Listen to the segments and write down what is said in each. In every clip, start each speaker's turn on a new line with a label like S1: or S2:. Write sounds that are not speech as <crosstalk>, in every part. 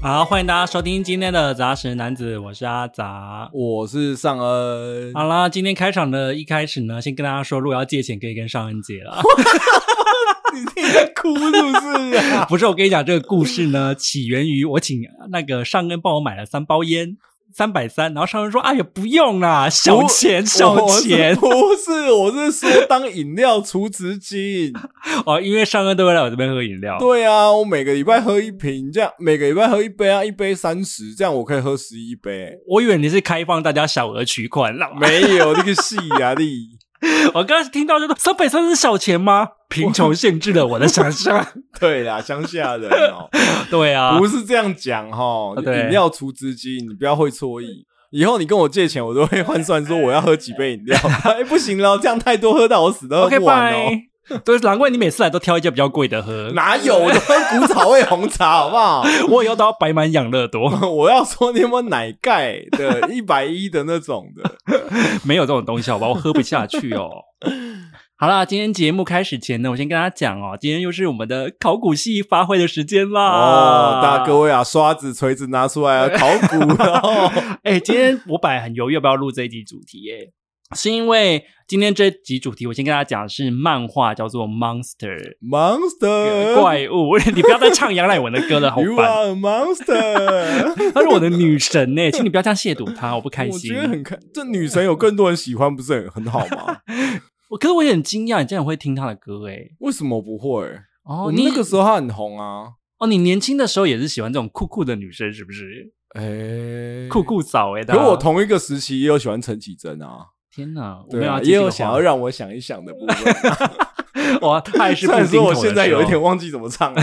S1: 好，欢迎大家收听今天的杂食男子，我是阿 <laughs> 杂。
S2: 我是尚恩，
S1: 好啦，今天开场的一开始呢，先跟大家说，如果要借钱，可以跟尚恩借 <laughs> 了。
S2: 你在哭是不是 <laughs> 啊？
S1: 不是，我跟你讲，这个故事呢， <laughs> 起源于我请那个尚恩帮我买了三包烟，三百三，然后尚恩说：“哎呀，不用啦，小钱小钱
S2: 我我是不是，我是说当饮料除纸巾。
S1: <laughs> 哦。”因为尚恩都会来我这边喝饮料。
S2: 对啊，我每个礼拜喝一瓶，这样每个礼拜喝一杯啊，一杯三十，这样我可以喝十一杯。
S1: 我以为你是开放大家小额取款，让
S2: 没有那个细压力， <laughs>
S1: 我刚才听到就说三百三是小钱吗？ <laughs> 贫穷限制了我的想 <laughs> 象。
S2: 对啦，乡下人哦、
S1: 对啊，
S2: 不是这样讲哈。
S1: 对
S2: 饮料除纸巾，你不要会错意。以后你跟我借钱，我都会换算说我要喝几杯饮料。 <laughs> 哎、不行了，这样太多喝到我死都喝
S1: OK
S2: 不完哦、
S1: 拜。
S2: <laughs>
S1: 对，难怪你每次来都挑一家比较贵的喝。
S2: 哪有？我都喝古早味红茶，好不好？ <laughs>
S1: 我以后都要摆满养乐多，
S2: 我要说你有没有奶盖
S1: <laughs>
S2: 的，一百一的那种的。
S1: 没有这种东西，好吧，我喝不下去
S2: <laughs>
S1: 哦。好啦，今天节目开始前呢，我先跟大家讲哦，今天又是我们的考古系发挥的时间啦。
S2: 哦，大家各，位啊，刷子、锤子拿出来啊，考古了哦。
S1: <laughs> 哎、今天我本来很犹豫要不要录这一集主题耶、是因为今天这集主题，我先跟大家讲是漫画，叫做《Monster》
S2: Monster，
S1: 怪物。 <laughs> 你不要再唱杨乃文的歌了，好
S2: 嗯 <laughs> You
S1: 烦！ <laughs>
S2: are a monster，
S1: 她是我的女神呢、请你不要这样亵渎她，我不 <laughs> 开
S2: 我
S1: 心
S2: 觉。得很开，这女神有更多人喜欢，不是很很好
S1: <laughs>
S2: 吗？
S1: 我可是我也很惊讶，你竟然会听她的歌哎、
S2: 为什么不会？
S1: 哦
S2: 我，
S1: 你
S2: 那个时候她很红啊。
S1: 哦，你年轻的时候也是喜欢这种酷酷的女生，是不是？
S2: 哎，
S1: 酷。酷嫂哎、欸，
S2: 可我同一个时期也有喜欢陈绮贞啊，
S1: 天哪，我
S2: 对
S1: 没有
S2: 啊
S1: 要，记
S2: 也
S1: 这
S2: 有
S1: 个
S2: 想
S1: 话
S2: 要让我想一想的部分。啊
S1: 哇，她还是
S2: <laughs> 虽
S1: 布
S2: 然
S1: 丁
S2: 说
S1: 头
S2: 我
S1: 的
S2: 现在
S1: 时
S2: 有一
S1: 候
S2: 点忘记怎么唱了。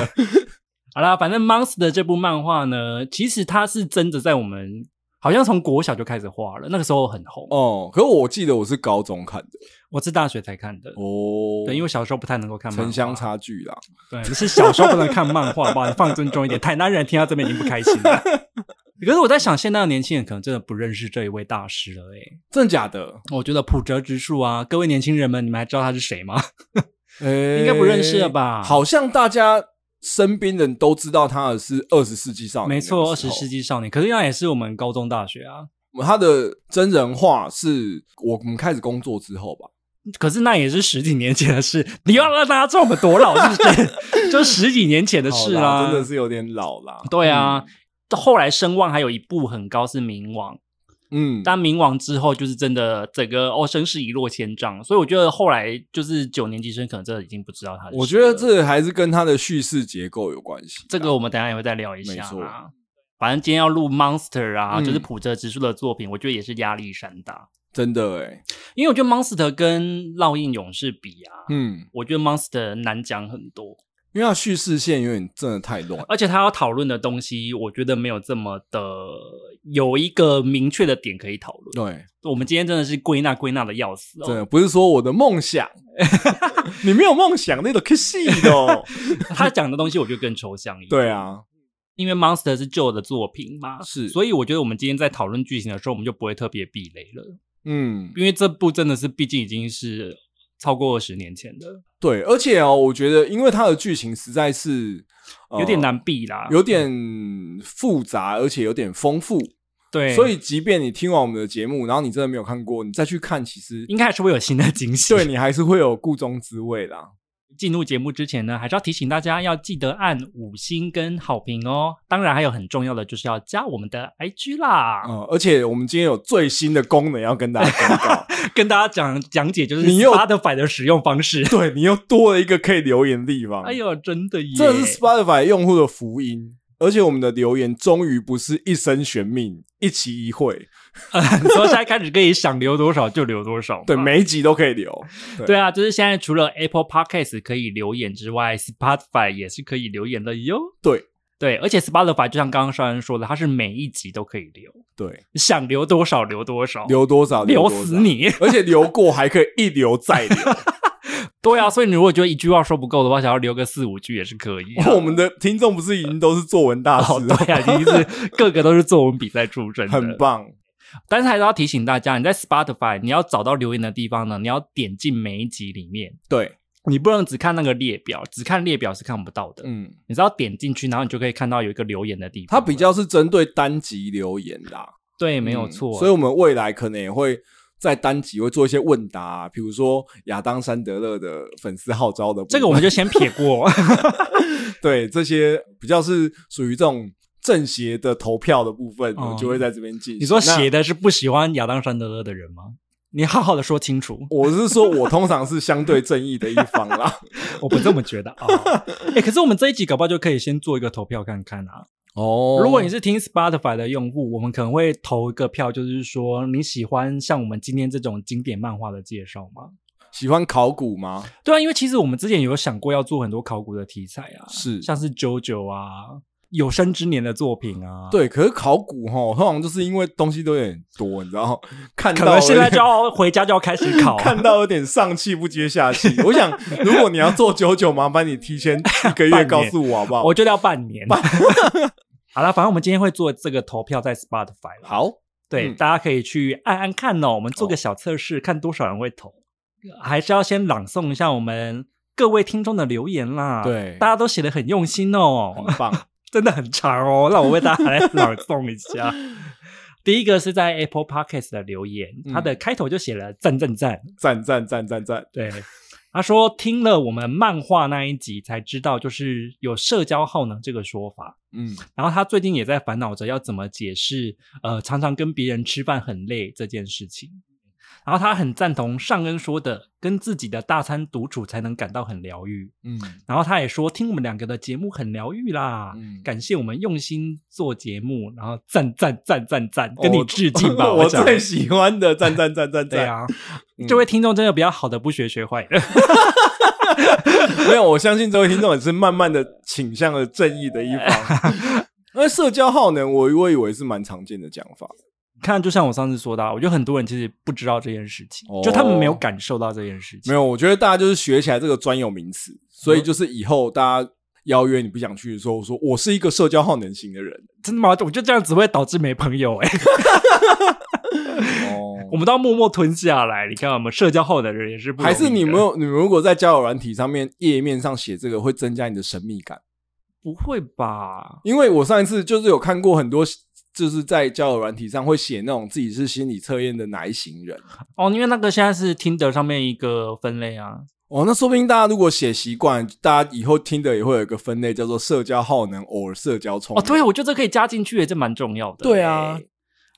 S1: 好啦，反正《Monster》这部漫画呢，其实它是真的在我们好像从国小就开始画了，那个时候很红。
S2: <laughs> 哦，可我记得我是高中看的
S1: 我是大学才看的，
S2: 哦
S1: 对，因为我小时候不太能够看漫画。
S2: 城乡，差距啦。
S1: 对，你是小时候不能看漫画，好不好？你放尊重一点。台南人听到这边已经不开心
S2: <laughs>
S1: 了。可是我在想，现在的年轻人可能真的不认识这一位大师了、欸，
S2: 真假的？
S1: 我觉得普泽直树啊，各位年轻人们，你们还知道他是谁吗？
S2: 诶
S1: 应该不认识了吧
S2: 好像大家身边人都知道他的是二十世纪少年，
S1: 没错，二十世。纪少年。可是那也是我们高中、大学啊。
S2: 他的真人化是我们开始工作之后吧？
S1: 可是那也是十几年前的事，你要让大家知道我们多老，是不是？ <laughs> 就十几年前的事
S2: 好
S1: 啦，
S2: 真的。是嗯有点老啦。
S1: 啊 <laughs> 对啊，后来声望还有一部很高是《冥王》，
S2: 嗯，
S1: 但《冥王》之后就是真的整个哦声势一落千丈，所以我觉得后来就是九年级生可能真的已经不知道他是谁了。
S2: 嗯我觉得这还是跟他的叙事结构有关系啦。
S1: 这个我们等一下也会再聊一
S2: 没
S1: 下
S2: 错
S1: 啦。反正今天要录《Monster》啊，
S2: 嗯
S1: 就是普泽直树的作品，我觉得也是压力山大。
S2: 真的欸诶、
S1: 因为我觉得《Monster》跟《烙印勇士》比啊，
S2: 嗯，
S1: 我觉得《Monster》难讲很多，
S2: 因为他叙事线有点真的太乱。
S1: 而且他要讨论的东西，我觉得没有这么的有一个明确的点可以讨论。
S2: 对，
S1: 我们今天真的是归纳归纳的要死
S2: 真的
S1: 哦，
S2: 不是说我的
S1: <laughs>
S2: 梦想，你没有梦想那种可惜
S1: <laughs>
S2: 的哦。
S1: 他讲的东西我觉得更抽象一点。
S2: <laughs> 对，啊，
S1: 因为《Monster》是旧的作品嘛，
S2: 是
S1: 所以我觉得我们今天在讨论剧情的时候，我们就不会特别避雷了，
S2: 嗯，
S1: 因为这部真的是毕竟已经是超过二十年前的，
S2: 对，而且哦，我觉得因为它的剧情实在是、呃
S1: 有点难，避啦，
S2: 有点复杂，而且有点丰富，
S1: 对，
S2: 所以即便你听完我们的节目，然后你真的没有看过，你再去看，其实
S1: 应该还是会有新的惊喜。
S2: 对你还是会有故中滋味啦。
S1: 进入节目之前呢，还是要提醒大家要记得按五星跟好评哦。当然，还有很重要的就是要加我们的 IG 啦。
S2: 嗯、而且我们今天有最新的功能要跟大家公
S1: <laughs>
S2: 告，
S1: 跟大家讲讲解就是
S2: 你又
S1: Spotify 的使用方式。
S2: 对你又多了一个可以留言的地方。
S1: 哎，呦，真的耶！
S2: 这是 Spotify 用户的福音。而且我们的留言终于不是一生悬命，一期一会，
S1: <laughs> 你说现在开始可以想留多少就留多少嘛，
S2: 对，每一集都可以留。
S1: 对啊，就是现在除了 Apple Podcast 可以留言之外，Spotify 也是可以留言的哟。
S2: 对
S1: 对，而且 Spotify 就像刚刚少恩说的，它是每一集都可以留，
S2: 对，
S1: 想留多少留多少，
S2: 留多少
S1: 哦留
S2: 多少
S1: 死！你。 <laughs>
S2: 而且留过还可以一留再留。
S1: 对啊，所以你如果觉得一句话说不够的话，想要留个四五句也是可以、啊。
S2: <laughs> 我们的听众不是已经都是作文大师
S1: 哦，
S2: 了，
S1: 对啊，已经是
S2: <laughs>
S1: 各个都是作文比赛出身的，
S2: 很。棒。
S1: 但是还是要提醒大家，你在 Spotify 你要找到留言的地方呢，你要点进每一集里面，
S2: 对，
S1: 你不能只看那个列表，只看列表是看不到的。
S2: 嗯，
S1: 你只要点进去，然后你就可以看到有一个留言的地方
S2: 它
S1: 了。
S2: 比较是针对单集留言啦，
S1: 对，没有
S2: 嗯
S1: 错。啊
S2: 所以我们未来可能也会。在单集会做一些问答、啊比如说亚当·山德勒的粉丝号召的部分，
S1: 这个我们就先撇
S2: <laughs>
S1: 过。
S2: 对这些比较是属于这种正邪的投票的部分，我
S1: 哦
S2: 就会在这边进行。
S1: 你说写
S2: 的，，
S1: 的是不喜欢亚当·山德勒的人吗？你好好的说清楚
S2: 我是说我通常是相对正义的一方
S1: <laughs>
S2: 啦。
S1: 我不这么觉
S2: <laughs>
S1: 得啊。哎、可是我们这一集搞不好就可以先做一个投票看看啊。
S2: 哦
S1: 如果你是听 Spotify 的用户，我们可能会投一个票，就是说你喜欢像我们今天这种经典漫画的介绍吗？
S2: 喜欢考古吗？
S1: 对啊，因为其实我们之前有想过要做很多考古的题材啊，
S2: 是
S1: 像是 JoJo 啊，有生之年的作品啊，
S2: 对，可是考古哈，通常就是因为东西都有点多，你知道，看
S1: <laughs> 可
S2: 到
S1: 能现在就
S2: 有点，
S1: 要回家就要开始考啊
S2: <laughs> 看到有点上气不接下气。我想，如果你要做九九，麻烦你提前一
S1: 半
S2: 个月
S1: 年
S2: 告诉我好不好？
S1: <laughs> 我觉得要半
S2: <laughs>
S1: 年。好啦，反正我们今天会做这个投票在 Spotify 啦，
S2: 好，
S1: 对，
S2: 嗯
S1: 大家可以去按按看哦。我们做个小测试，看多少人会投。还是要先朗诵一下我们各位听众的留言啦。
S2: 对
S1: 大家都写的很用心哦， <laughs>
S2: 很棒。
S1: 真的很长哦。让我为大家来朗诵一
S2: <laughs>
S1: 下。第一个是在 Apple Podcast 的留言，
S2: 嗯
S1: 它的开头就写了赞赞赞，
S2: 赞赞赞赞赞！
S1: 对，他说听了我们漫画那一集才知道，就是有社交耗能这个说法。
S2: 嗯，
S1: 然后他最近也在烦恼着要怎么解释，呃，常常跟别人吃饭很累这件事情。然后他很赞同上恩说的，跟自己的大餐独处才能感到很疗愈。
S2: 嗯，
S1: 然后他也说，听我们两个的节目很疗愈啦，
S2: 嗯
S1: 感谢我们用心做节目，然后赞赞赞赞赞，跟你致敬吧，
S2: 哦 <laughs> 我
S1: 想
S2: 最喜欢的赞赞赞赞
S1: 对
S2: 赞！嗯
S1: 啊，这位听众真的比较好的不学学坏的。
S2: <laughs> 没有，我相信这位听众也是慢慢的倾向了正义的一
S1: <laughs>
S2: 方。那社交耗能，我我以为是蛮常见的讲法。
S1: 看，就像我上次说的、啊，我觉得很多人其实不知道这件事情，
S2: 哦
S1: 就他们没有感受到这件事情。
S2: 没有，我觉得大家就是学起来这个专有名词，所
S1: 嗯
S2: 以就是以后大家邀约你不想去的时候，说我是一个社交耗能型的
S1: <laughs>
S2: 人。
S1: 真的吗？我就这样只会导致没朋友哎、
S2: 哦，
S1: 我们都要默默吞下来。你看，我们社交后的人也是不容
S2: 还
S1: 易的啊
S2: 是你们有你们如果在交友软体上面页面上写这个，会增加你的神秘感。
S1: 不会吧？
S2: 因为我上一次就是有看过很多，就是在交友软体上会写那种自己是心理测验的哪一型人。
S1: 哦，因为那个现在是听得上面一个分类啊。
S2: 哦，那说不定大家如果写习惯，大家以后听的也会有一个分类叫做社交耗能偶尔社交冲
S1: 哦，
S2: 动。
S1: 对，我觉得这可以加进去耶，这蛮重要的。
S2: 对啊。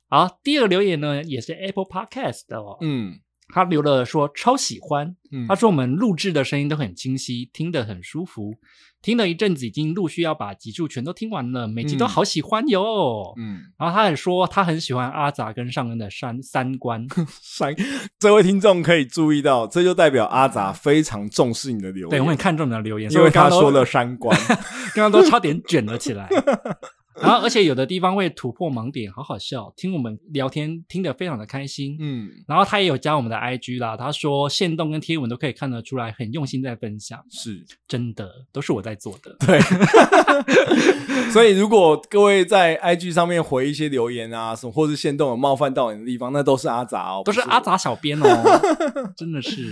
S1: 好，第二个留言呢，也是 Apple Podcast 的哦。
S2: 嗯
S1: 他留了说超喜欢，
S2: 嗯，
S1: 他说我们录制的声音都很清晰，听得很舒服。听了一阵子，已经陆续要把集数全都听完了，每集都
S2: 嗯
S1: 好喜欢哟。
S2: 嗯，
S1: 然后他也说他很喜欢阿杂跟上恩的三三
S2: <laughs>
S1: 观，
S2: 三，这位听众可以注意到，这就代表阿杂非常重视你的留言，
S1: 嗯对我很看重你的留言，
S2: 因为他说
S1: <laughs>
S2: 了
S1: 的
S2: 三观。
S1: 刚刚都差点卷了
S2: <laughs>
S1: 起来。然后而且有的地方会突破盲点，好好笑。听我们聊天听得非常的开心，
S2: 嗯，
S1: 然后他也有加我们的 IG 啦，他说线动跟贴文都可以看得出来，很用心在分享，
S2: 是
S1: 真的都是我在做的。
S2: 对。所以，如果各位在 IG 上面回一些留言啊，什么或是限动有冒犯到你的地方，那都是阿杂哦，
S1: 都是
S2: 不
S1: 阿杂小编哦，真的是。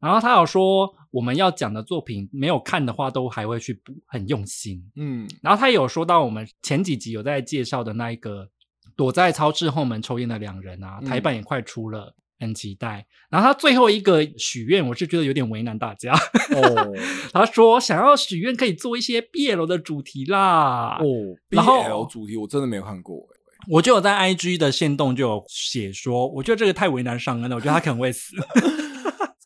S1: 然后他有说，我们要讲的作品没有看的话，都还会去补，很用心。<laughs>
S2: 我。嗯，
S1: 然后他也有说到我们前几集有在介绍的那一个躲在超市后门抽烟的两人啊，
S2: 嗯
S1: 台版也快出了，很期待。然后他最后一个许愿，我是觉得有点为难大家。 <laughs>
S2: 哦
S1: 他说想要许愿可以做一些 BL 的主题啦。
S2: 哦
S1: 然后
S2: ，BL 主题我真的没有看过、欸，
S1: 我就有在 IG 的线动就有写说，我觉得这个太为难上恩了，我觉得他可能会死。
S2: <laughs>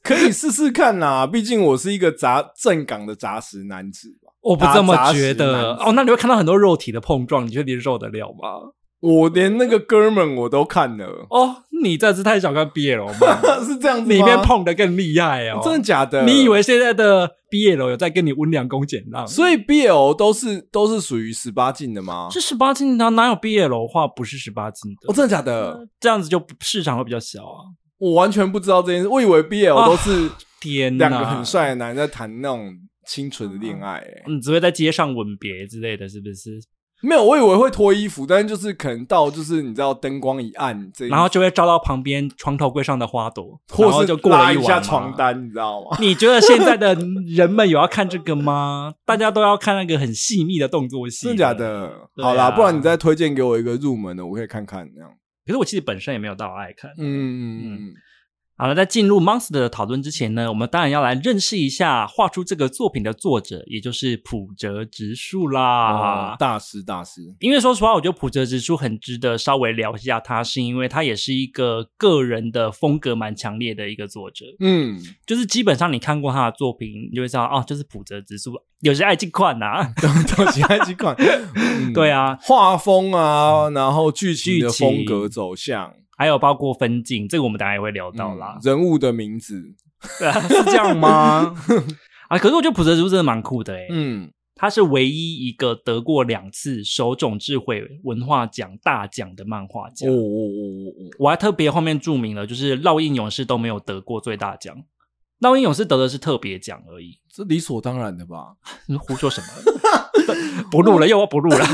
S2: 可以试试看啦、毕竟我是一个杂正港的杂食男子吧。
S1: 我不这么觉
S2: 打杂
S1: 得
S2: 食男子
S1: 哦。那你会看到很多肉体的碰撞，你觉得你受得了吗？
S2: 我连那个哥们我都看了，
S1: 哦，你这次太小看 BL 吗？
S2: <laughs> 是这样子吗
S1: 里面碰的更厉害哦，
S2: 真的假的？
S1: 你以为现在的 BL 有在跟你温良恭俭让？
S2: 所以 BL 都是都是属于十八禁的吗？
S1: 是十八禁的啊、哪有 BL 话不是十八禁的？
S2: 哦，真的假的？
S1: 这样子就不市场会比较小啊。
S2: 我完全不知道这件事，我以为 BL
S1: 啊
S2: 都是
S1: 天哪，
S2: 两个很，帅的男人在谈那种清纯的恋爱、欸。
S1: 你只会在街上吻别之类的，是不是？
S2: 没有，我以为会脱衣服，但是就是可能到就是你知道灯光一暗，这一
S1: 然后就会照到旁边床头柜上的花朵，然
S2: 或
S1: 后
S2: 是
S1: 就过
S2: 拉
S1: 了
S2: 一
S1: 晚
S2: 下
S1: 嘛
S2: 床。单，你知道吗？
S1: 你觉得现在的人们有要看这个吗？大家都要看那个很细腻的动作戏，
S2: 真的假？的？
S1: 对啊
S2: 好啦，不然你再推荐给我一个入门的，我可以看看这样。
S1: 可是我其实本身也没有到爱看。
S2: 嗯，
S1: 好了，在进入 Monster 的讨论之前呢，我们当然要来认识一下画出这个作品的作者，也就是浦泽直树啦。
S2: 哦大师大师，
S1: 因为说实话，我觉得浦泽直树很值得稍微聊一下他，是因为他也是一个个人的风格蛮强烈的一个作者。
S2: 嗯， <laughs>
S1: 就是基本上你看过他的作品，你就会知道哦，就是浦泽直树有些爱情款呐、
S2: 都喜欢几款，嗯
S1: <laughs> 对啊
S2: 画风啊，然后剧情的
S1: 剧情
S2: 风格走向，
S1: 还有包括分镜，这个我们等一下也会聊到啦
S2: 嗯。人物的名字，
S1: 对啊是这 <laughs> 样吗？ <laughs> 啊，可是我觉得浦泽直树真的蛮酷的欸诶、
S2: 嗯，
S1: 他是唯一一个得过两次手冢智慧文化奖大奖的漫画家。
S2: 哦哦哦
S1: 我还特别后面注明了，就是烙印勇士都没有得过最大奖，烙印勇士得的是特别奖而已。
S2: 这理所当然的吧？ <laughs>
S1: 你胡说什么？不录了，又要不录了。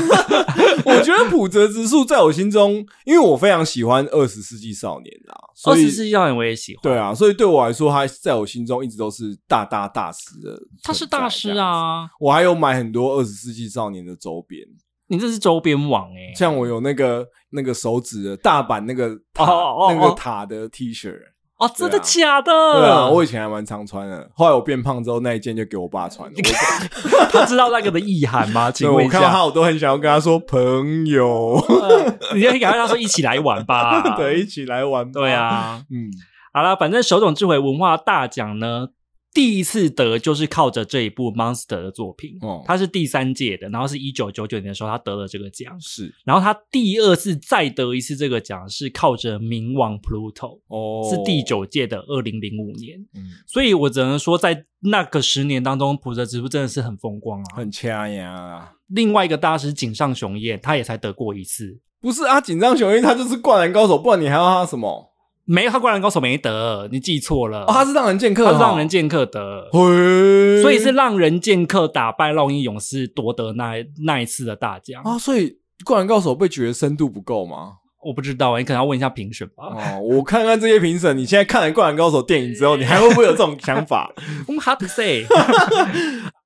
S2: 我觉得普泽直树在我心中，因为我非常喜欢《二十世纪少年》啦，
S1: 二
S2: 所以
S1: 十世纪少年我也喜欢，
S2: 对啊，所以对我来说，他在我心中一直都是大大大师的。
S1: 他是大师！啊，
S2: 我还有买很多《二十世纪少年》的周边，
S1: 你这是周边王哎、
S2: 像我有那个那个手指的大阪那个塔
S1: 哦哦哦
S2: 那个塔的 T 恤，
S1: 哦，真的
S2: 对啊
S1: 假的？
S2: 对啊，我以前还蛮常穿的。后来我变胖之后，那一件就给我爸穿了。我
S1: 他知道那个的意涵吗？
S2: <laughs> 对
S1: 请问
S2: 我
S1: 一
S2: 看到他，
S1: 下，
S2: 我都很想要跟他说朋友，
S1: 呃你就可以赶快跟他说一起来玩吧。
S2: <laughs> 对，一起来玩。
S1: 啊对，啊，
S2: 嗯，
S1: 好啦，反正手冢智慧文化大奖呢，第一次得就是靠着这一部《Monster》的作品，
S2: 哦
S1: 他是第三届的，然后是一九九九年的时候他得了这个奖，
S2: 是
S1: 然后他第二次再得一次这个奖是靠着《冥王 Pluto
S2: 哦》，
S1: 是第，九届的二零零五年，
S2: 嗯，
S1: 所以我只能说在那个十年当中，普泽直树真的是很风光啊。
S2: 很掐呀。
S1: 另外一个大师井上雄彦，他也才得过一次，
S2: 不是啊，紧张雄鹰他就是灌篮高手，不然你还要他什么？
S1: 没有他《灌篮高手》没得，你记错了，
S2: 哦，他是让人剑客
S1: 他
S2: 哦，
S1: 是让人剑客得。
S2: 嘿，
S1: 所以是让人剑客打败烙印勇士夺得那那一次的大奖。
S2: 啊，所以灌篮高手被觉得深度不够吗？
S1: 我不知道、你可能要问一下评审吧。
S2: 哦，我看看这些评审，你现在看了《灌篮高手》电影之后，你还会不会有这种想 <laughs> 法
S1: 嗯 hard to say，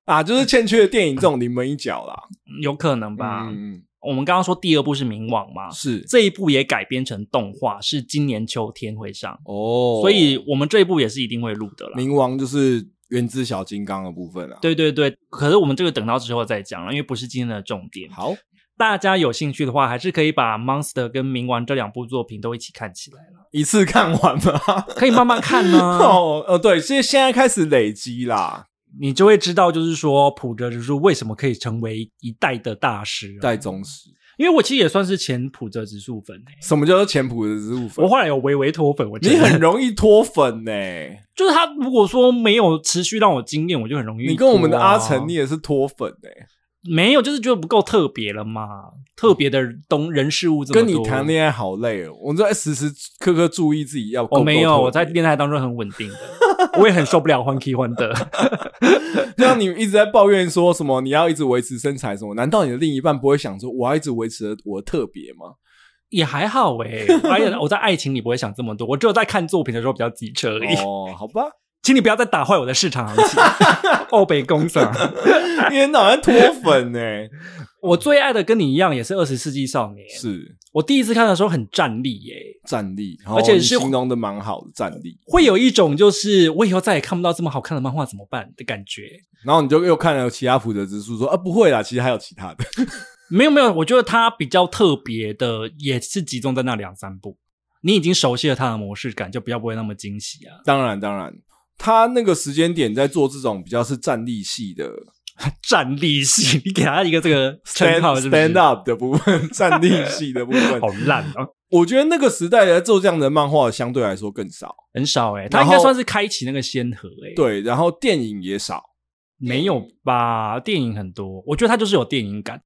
S2: 啊？就是欠缺电影这种临门一脚啦。
S1: 有可能吧。
S2: 嗯，
S1: 我们刚刚说第二部是冥王嘛，
S2: 是
S1: 这一部也改编成动画，是今年秋天会上，
S2: 哦，
S1: 所以我们这一部也是一定会录的啦。
S2: 冥王就是原子小金刚的部分啊。，
S1: 对对对，可是我们这个等到之后再讲了，因为不是今天的重点。
S2: 好，
S1: 大家有兴趣的话，还是可以把《Monster》跟《冥王》这两部作品都一起看起来了，
S2: 一次看完吧。
S1: 可以慢慢看
S2: <laughs>
S1: 呢、
S2: 哦，呃，对，所以现在开始累积啦，
S1: 你就会知道，就是说普泽直树为什么可以成为一代的大师、啊
S2: 带，宗师。
S1: 因为我其实也算是前普泽直树粉、欸、
S2: 什么叫做前仆的之物粉
S1: 我？后来有微微脱粉，我
S2: 你
S1: 真的
S2: 很容易脱粉 <laughs> 呢、
S1: 就是他如果说没有持续让我惊艳，我就很容易、啊
S2: 你跟我们的阿成，你也是脱粉呢、
S1: 没有，就是觉得不够特别了嘛，特别的东人事物这么
S2: 跟
S1: 多。
S2: 你谈恋爱好累哦，我们在时时刻刻注意自己要够。
S1: 我哦没有，我在，恋爱当中很稳定的，我也很受不了换 key 换的。 <laughs>
S2: <laughs> 像你一直在抱怨说什么你要一直维持身材什么，难道你的另一半不会想说我要一直维持我的特别吗？
S1: 也还好诶、而且我在爱情里不会想这么多，我只有在看作品的时候比较机车而已。
S2: 哦，好吧，
S1: 请你不要再打坏我的市 <laughs> 场行情，欧北公赏。
S2: 一天到晚在脱
S1: <laughs>
S2: 粉呢、
S1: 我最爱的跟你一样，也是二十世纪少年。
S2: 是
S1: 我第一次看的时候很站立耶、
S2: 战力，
S1: 而且
S2: 哦你
S1: 是
S2: 形容的蛮好的战力。
S1: 会有一种就是我以后再也看不到这么好看的漫画怎么办的感觉。
S2: 然后你就又看了其他普泽之树，说啊不会啦，其实还有其他的。 <laughs>
S1: 没有没有，我觉得它比较特别的，也是集中在那两三部。你已经熟悉了它的模式感，就比较不会那么惊喜啊。
S2: 当然当然，他那个时间点在做这种比较是战力系的
S1: 站立系，你给他一个这个称
S2: stand
S1: 号是不是
S2: stand up 的部分，站立系的部分
S1: <laughs> 好，烂哦，
S2: 我觉得那个时代的做这样的漫画相对来说更少，
S1: 很少哎、他
S2: 然后
S1: 应该算是开启那个先河哎、，
S2: 对，然后电影也少，
S1: 没有吧？电影很多，我觉得他就是有电影感。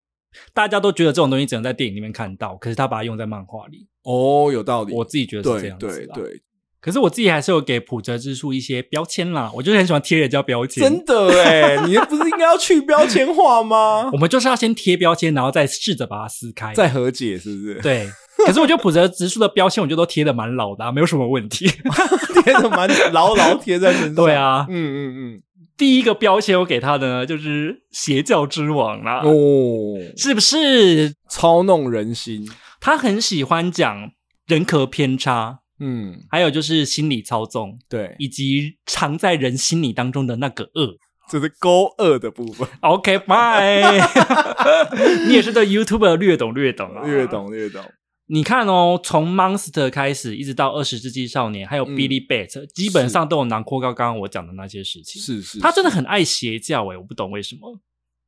S1: 大家都觉得这种东西只能在电影里面看到，可是他把它用在漫画里，
S2: 哦，有道理，
S1: 我自己觉得是这
S2: 对
S1: 样子
S2: 对
S1: 啦。
S2: 对，
S1: 可是我自己还是有给普泽之树一些标签啦，我就是很喜欢贴人家标签。
S2: 真
S1: <laughs>
S2: 的哎，你不是应该要去标签化吗
S1: 我？们就是要先贴标签，然后再试着把它撕开。
S2: 再和解是不是？
S1: 对，可是我觉得普泽直树的标签，我觉得都贴的蛮老的、啊，没有什么问题。
S2: <laughs> 贴的 <laughs> 蛮牢牢贴在身上。
S1: 对，啊，
S2: 嗯嗯
S1: 第一个标签我给他的呢，就是邪教之王啦、
S2: 嗯，哦，
S1: 是不是？
S2: 操弄人心，
S1: 他很喜欢讲人格偏差，
S2: 嗯，
S1: 还有就是心理操纵，
S2: 对，
S1: 以及藏在人心里当中的那个恶。
S2: 这是勾二的部分，
S1: OK，拜。 <laughs> 你也是对 YouTube 略懂略懂啊，
S2: 略。懂略懂。
S1: 你看哦，从 Monster 开始，一直到二十世纪少年，还有
S2: 嗯
S1: Billy Bat，、基本上都有囊括到刚刚我讲的那些事情。
S2: 是是，
S1: 他真的
S2: 是，
S1: 很爱邪教欸诶、我不懂为什么。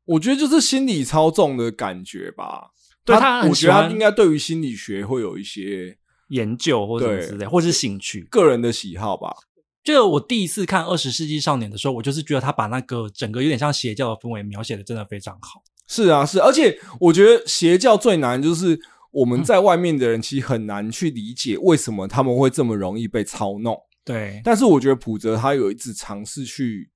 S2: 我觉得就是心理操纵的感觉吧。
S1: 对他很
S2: 我
S1: 喜
S2: 觉得
S1: 欢
S2: 他应该对于心理学会有一些
S1: 研究或什么
S2: 对
S1: 之类，或是兴趣。
S2: 个人的喜好吧。
S1: 就我第一次看《二十世纪少年》的时候，我就是觉得他把那个整个有点像邪教的氛围描写的真的非常好。
S2: 是啊，是，而且我觉得邪教最难就是我们在外面的人其实很难去理解为什么他们会这么容易被操弄。
S1: 对，
S2: 但是我觉得普泽他有一次尝试去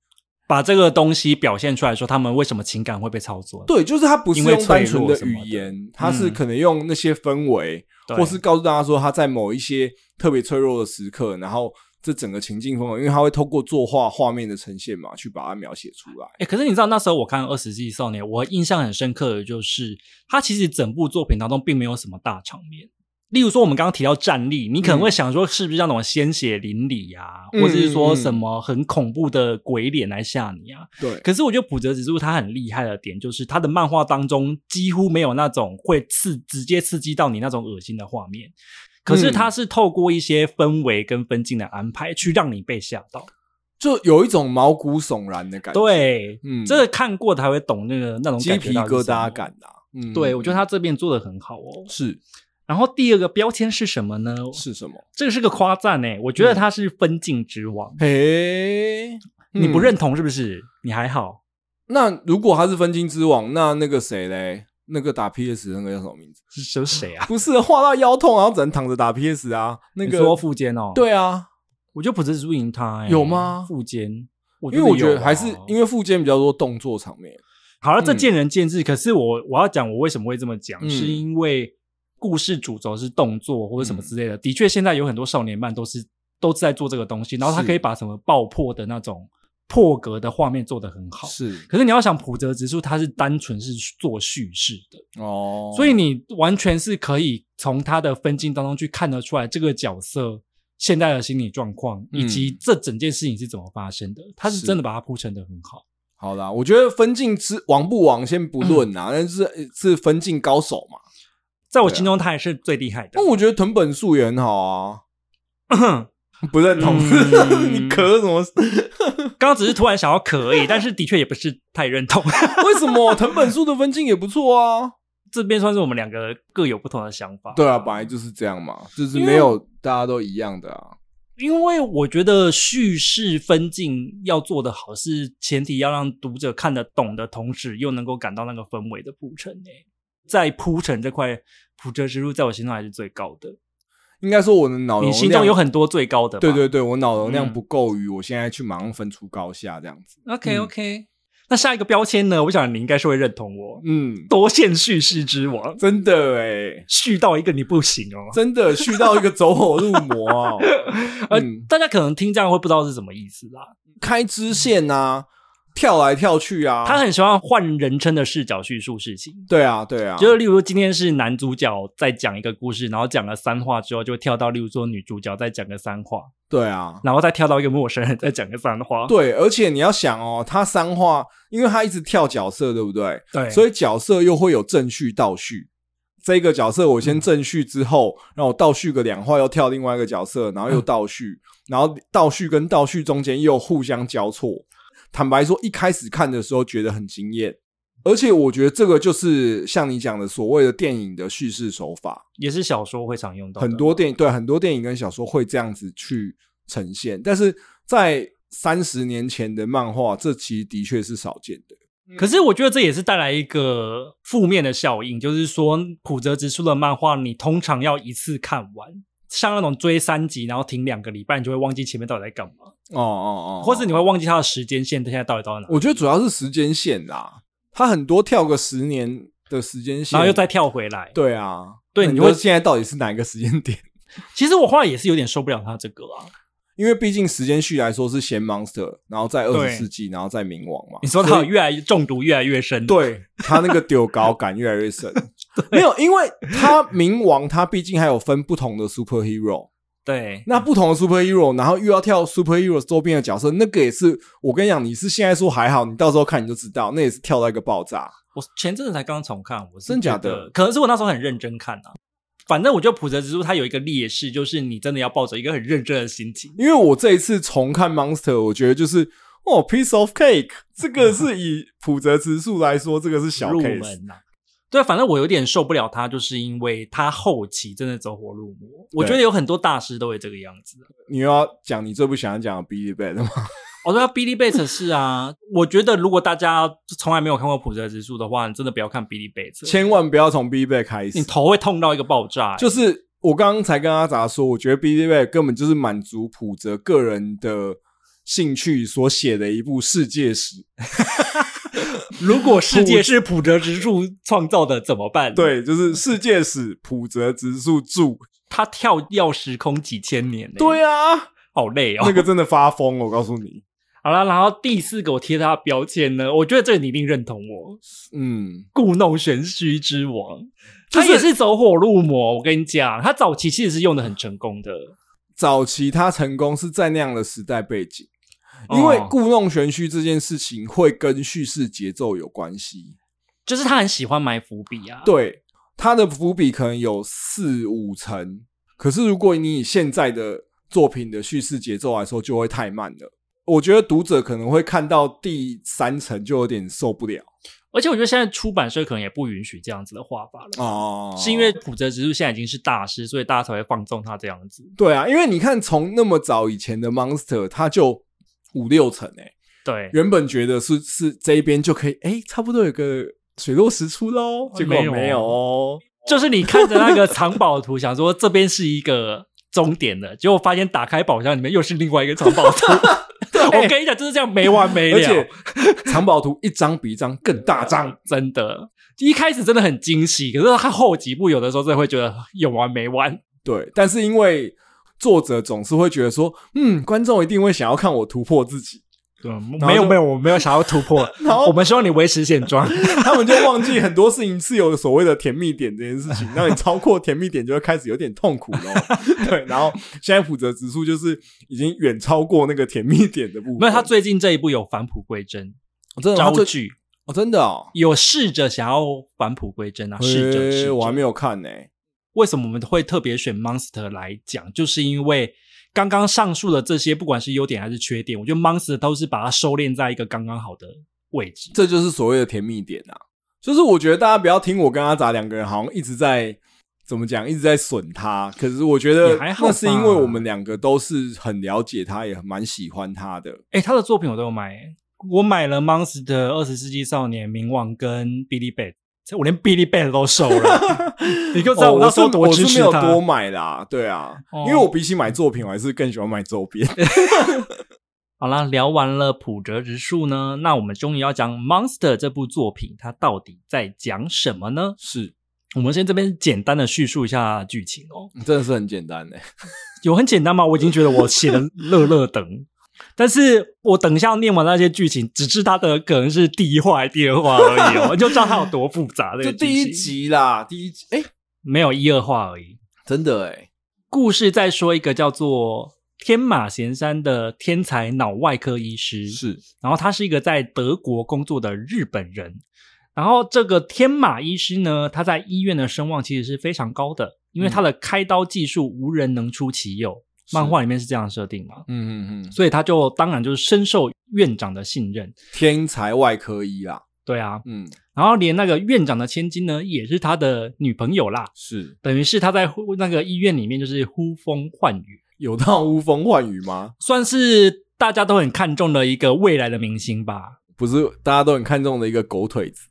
S1: 把这个东西表现出来说，他们为什么情感会被操作？
S2: 对，就是他不是
S1: 因为
S2: 用单纯
S1: 脆弱什
S2: 语
S1: 么的
S2: 言，他是
S1: 嗯
S2: 可能用那些氛围，
S1: 对，
S2: 或是告诉大家说他在某一些特别脆弱的时刻，然后这整个情境氛围，因为他会透过作画画面的呈现嘛，去把它描写出来。
S1: 哎、可是你知道那时候我看《二十世纪少年》，我印象很深刻的就是，他其实整部作品当中并没有什么大场面。例如说，我们刚刚提到战力，你可能会想说，是不是那种鲜血淋漓呀、
S2: 嗯
S1: 或者是
S2: 嗯
S1: 说
S2: 嗯
S1: 什么很恐怖的鬼脸来吓你啊？
S2: 对，
S1: 可是我觉得普泽直树他很厉害的点，就是他的漫画当中几乎没有那种会刺直接刺激到你那种恶心的画面，可是他是透过一些氛围跟分镜的安排，去让你被吓到。
S2: 就有一种毛骨悚然的感觉，，
S1: 对，
S2: 嗯
S1: 这个看过的才会懂那个那种
S2: 鸡
S1: 感觉
S2: 皮
S1: 到底
S2: 疙
S1: 是什么
S2: 瘩。感啊。嗯，
S1: 对，我觉得他这边做的很好哦。
S2: 是
S1: 然后第二个标签是什么呢？
S2: 是什么？
S1: 这个是个夸赞诶，我觉得他是分镜之王，
S2: 嘿，
S1: 你不
S2: 嗯
S1: 认同是不是？你还好，
S2: 那如果他是分金之王，那那个谁嘞？那个打 PS 那个叫什么名字？
S1: 是是谁啊？
S2: 不是画到腰痛，然后只能躺着打 PS 啊？嗯那
S1: 你说
S2: 个
S1: 富坚哦，，
S2: 对啊，
S1: 我觉得不是输赢他诶，
S2: 有吗
S1: 富坚，
S2: 因为我觉
S1: 有
S2: 得
S1: 啊
S2: 还是因为附件比较多动作场面，
S1: 好了，这
S2: 嗯
S1: 见仁见智。可是我我要讲，我为什么会这么讲，
S2: 嗯嗯
S1: 是因为故事主轴是动作或者什么之类的。的确，现在有很多少年漫都是都是在做这个东西，然后他
S2: 是
S1: 可以把什么爆破的那种破格的画面做得很好。
S2: 是
S1: 可是你要想，普泽直树他是单纯是做叙事的，
S2: 哦，
S1: 所以你完全是可以从他的分镜当中去看得出来这个角色现在的心理状况，
S2: 嗯
S1: 以及这整件事情是怎么发生的。他是
S2: 是
S1: 真的把它铺陈的很好。
S2: 好啦，我觉得分镜之王不王先不论
S1: 嗯
S2: 啦，但是呃是分镜高手嘛。
S1: 在我
S2: 对啊哦
S1: 心中，他也是最厉害的。
S2: 那我觉得藤本树也很好啊，不认同，
S1: 嗯
S2: <laughs> 你咳什么？
S1: <clears throat> 刚刚只是突然想要可以，但是的确也不是太认同。 <laughs>
S2: 为什么藤本树的分镜也不错啊？
S1: 这边算是我们两个各有不同的想法。
S2: 对啊，本来就是这样嘛，就是没有大家都一样的啊。
S1: 因为我觉得叙事分镜要做得好，是前提要让读者看得懂的同时，又能够感到那个氛围的铺陈诶、在铺陈这块，普哲之路在我心中还是最高的。
S2: 应该说我的脑容
S1: 你
S2: 量
S1: 心中有很多最高的吧，
S2: 对对对，我脑容量
S1: 嗯
S2: 不够于我现在去马上分出高下这样子。
S1: OK OK，、那嗯下一个标签呢？我想你应该是会认同我，
S2: 嗯，
S1: 多线叙事之王，
S2: 真的哎、
S1: 絮到一个你不行哦。
S2: 真的续到一个走火入魔啊、
S1: <laughs> 呃，
S2: 嗯
S1: 大家可能听这样会不知道是什么意思啦。
S2: 开支线啊，跳来跳去啊，
S1: 他很喜欢换人称的视角叙述事情。
S2: 对啊，对啊，
S1: 就是例如今天是男主角在讲一个故事，然后讲了三话之后，就会跳到例如说女主角再讲个三话，
S2: 对啊，
S1: 然后再跳到一个陌生人 <laughs> 再讲个三话。
S2: 对，而且你要想哦，他三话，因为他一直跳角色，对不对？
S1: 对
S2: 所以角色又会有正序、倒序。这个角色我先
S1: 嗯
S2: 正序之后，然后我倒序个两话，又跳另
S1: 嗯
S2: 外一个角色，然后又倒序，然后倒序跟倒序中间又互相交错。坦白说，一开始看的时候觉得很惊艳，而且我觉得这个就是像你讲的所谓的电影的叙事手法，
S1: 也是小说会常用到的
S2: 很多电影对很多电影跟小说会这样子去呈现，但是在三十年前的漫画，这其实的确是少见的。
S1: 可是我觉得这也是带来一个负面的效应，就是说普泽直树的漫画，你通常要一次看完，像那种追三集然后停两个礼拜，你就会忘记前面到底在干嘛，
S2: 哦哦哦，
S1: 或是你会忘记它的时间线现在到底到哪，
S2: 我觉得主要是时间线啦，它很多跳个十年的时间线，
S1: 然后又再跳回来。
S2: 对啊，
S1: 对
S2: 那
S1: 你
S2: 说
S1: 会
S2: 现在到底是哪一个时间点？
S1: 其实我后来也是有点受不了他这个啊。
S2: 哦因为毕竟时间序来说是先 Monster，然后在二
S1: 对
S2: 十世纪，然后在冥王嘛。
S1: 你说他越来越中毒越来越深，，
S2: 对他那个丢高感越来
S1: <laughs>
S2: 越深，没有，因为他冥王他毕竟还有分不同的 superhero，
S1: 对，
S2: 那不同的 superhero，然后又要跳 superhero 周边的角色，那个也是我跟你讲，你是现在说还好，你到时候看你就知道，那也是跳到一个爆炸。
S1: 我前阵子才刚重看，我是
S2: 真假
S1: 觉得
S2: 的
S1: 可能是我那时候很认真看啊。反正我觉得普泽之树他有一个劣势，就是你真的要抱着一个很认真的心情。
S2: 因为我这一次重看 Monster，我觉得就是哦，piece of cake，这个是以普泽直树来说，这个是小
S1: 入
S2: case。
S1: 门呐、啊对，反正我有点受不了他，就是因为他后期真的走火入魔。我觉得有很多大师都会这个样子。啊
S2: 你又要讲你最不想讲的 Billy Bat 吗？
S1: 我说要哦 Billy Bates 是啊，我觉得如果大家从来没有看过普泽之树的话，你真的不要看 Billy Bates，
S2: 千万不要从 Billy Bat 开
S1: 你
S2: 始，
S1: 头会痛到一个爆炸、
S2: 就是是我刚刚才跟阿杂说，我觉得 Billy Bat 根本就是满足普泽个人的兴趣所写的一部世界史。
S1: 如果世界是普泽之树创造的怎么办？，
S2: 对，就是世界史普泽直树著。
S1: 他跳跃时空几千年、欸，
S2: 对啊，
S1: 好累哦。
S2: 那个真的发疯，我告诉你。
S1: <laughs> 好了，然后第四个我贴他的标签呢，我觉得这个你一定认同我，
S2: 嗯，
S1: 故弄玄虚之王，
S2: 就是
S1: 他也是走火入魔。我跟你讲，他早期其实是用的很成功的，
S2: 早期他成功是在那样的时代背景，因为
S1: 哦
S2: 故弄玄虚这件事情会跟叙事节奏有关系。
S1: 就是他很喜欢埋伏笔啊。，
S2: 对，他的伏笔可能有四五层，可是如果你以现在的作品的叙事节奏来说，就会太慢了。我觉得读者可能会看到第三层就有点受不了
S1: 而且我觉得现在出版社可能也不允许这样子的画法了，
S2: 哦
S1: 是因为普泽直树现在已经是大师，所以大家才会放纵他这样子。
S2: 对啊，因为你看从那么早以前的 Monster，它就五六层欸诶、
S1: 对，
S2: 原本觉得是是这一边就可以，哎、差不多有个水落石出喽，结果
S1: 没有
S2: 没有哦。
S1: 就是你看着那个藏宝图，想说这边是一个。终点了，结果发现打开宝箱里面又是另外一个藏宝 <laughs> 图。我跟你讲，就是这样没完没了。
S2: 哦而且藏宝图一张比一张更大
S1: <laughs>
S2: 张，
S1: 真的，一开始真的很惊喜，可是他后几部有的时候真的会觉得有完没完。
S2: 对。但是因为作者总是会觉得说，嗯，观众一定会想要看我突破自己， <laughs>
S1: 对，
S2: 就
S1: 没有没有，我没有想要突 <laughs> 破，
S2: 然后
S1: 我们希望你维持现 <laughs> 状。
S2: 他们就忘记很多事情是有所谓的甜蜜点这件事情。让你超过甜蜜点，就会开始有点痛苦喽。
S1: <laughs>
S2: 对，然后现在普泽指数就是已经远超过那个甜蜜点的部分。
S1: 没有，他最近这一部有返璞归真，
S2: 真的他
S1: 朝
S2: 最
S1: 剧
S2: 哦，真的哦。
S1: 有试着想要返璞归真啊，试着
S2: 诶
S1: 试着。
S2: 我还没有看呢、
S1: 为什么我们会特别选 Monster 来讲，就是因为刚刚上述的这些，不管是优点还是缺点，我觉得 Monster 都是把它收敛在一个刚刚好的位置。
S2: 这就是所谓的甜蜜点啊。就是我觉得大家不要听我跟阿杂两个人好像一直在怎么讲，一直在损他。可是我觉得
S1: 也还好吧
S2: 那是因为我们两个都是很了解他，也蛮喜欢他的。
S1: 哎、他的作品我都有买、欸，我买了 Monster 的《二十世纪少年》、《冥王》跟《Billy Bat》，我连 Billy Bat 都收
S2: <laughs>
S1: 了，你就知道
S2: 哦
S1: 那
S2: 我
S1: 时
S2: 是
S1: 候多
S2: 我
S1: 支
S2: 是
S1: 持
S2: 没有
S1: 他。
S2: 多买啦，对啊，
S1: 哦
S2: 因为我比起买作品，我还是更喜欢买周边。
S1: 好啦，聊完了普泽直树呢，那我们终于要讲 Monster 这部作品，它到底在讲什么呢？
S2: 是，
S1: 我们先这边简单的叙述一下剧情哦。
S2: <laughs> 真的是很简单诶、欸
S1: 有很简单吗？我已经觉得我写的乐乐等， <laughs> 但是我等一下念完那些剧情，只是它的可能是第一话、还是第二话而已哦，你就知道它有多复杂。这
S2: 就
S1: 个
S2: 第一
S1: 剧情
S2: 集啦，第一集，哎、
S1: 没有一二话而已。
S2: 真的欸诶、
S1: 故事在说一个叫做天马贤山的天才脑外科医师，
S2: 是
S1: 然后他是一个在德国工作的日本人。然后这个天马医师呢，他
S2: 嗯
S1: 在医院的声望其实是非常高的，因为他的开刀技术无人能出其右，漫画里面是这样设定嘛，
S2: 嗯嗯嗯，
S1: 所以他就当然就是深受院长的信任。
S2: 天才外科医啦，
S1: 对啊，
S2: 嗯，
S1: 然后连那个院长的千金呢，也是他的女朋友啦，
S2: 是
S1: 等于是他在呼那个医院里面就是呼风唤雨，
S2: 有到呼风唤雨吗？
S1: 算是大家都很看重的一个未来的明星吧？
S2: 不是，大家都很看重的一个狗腿子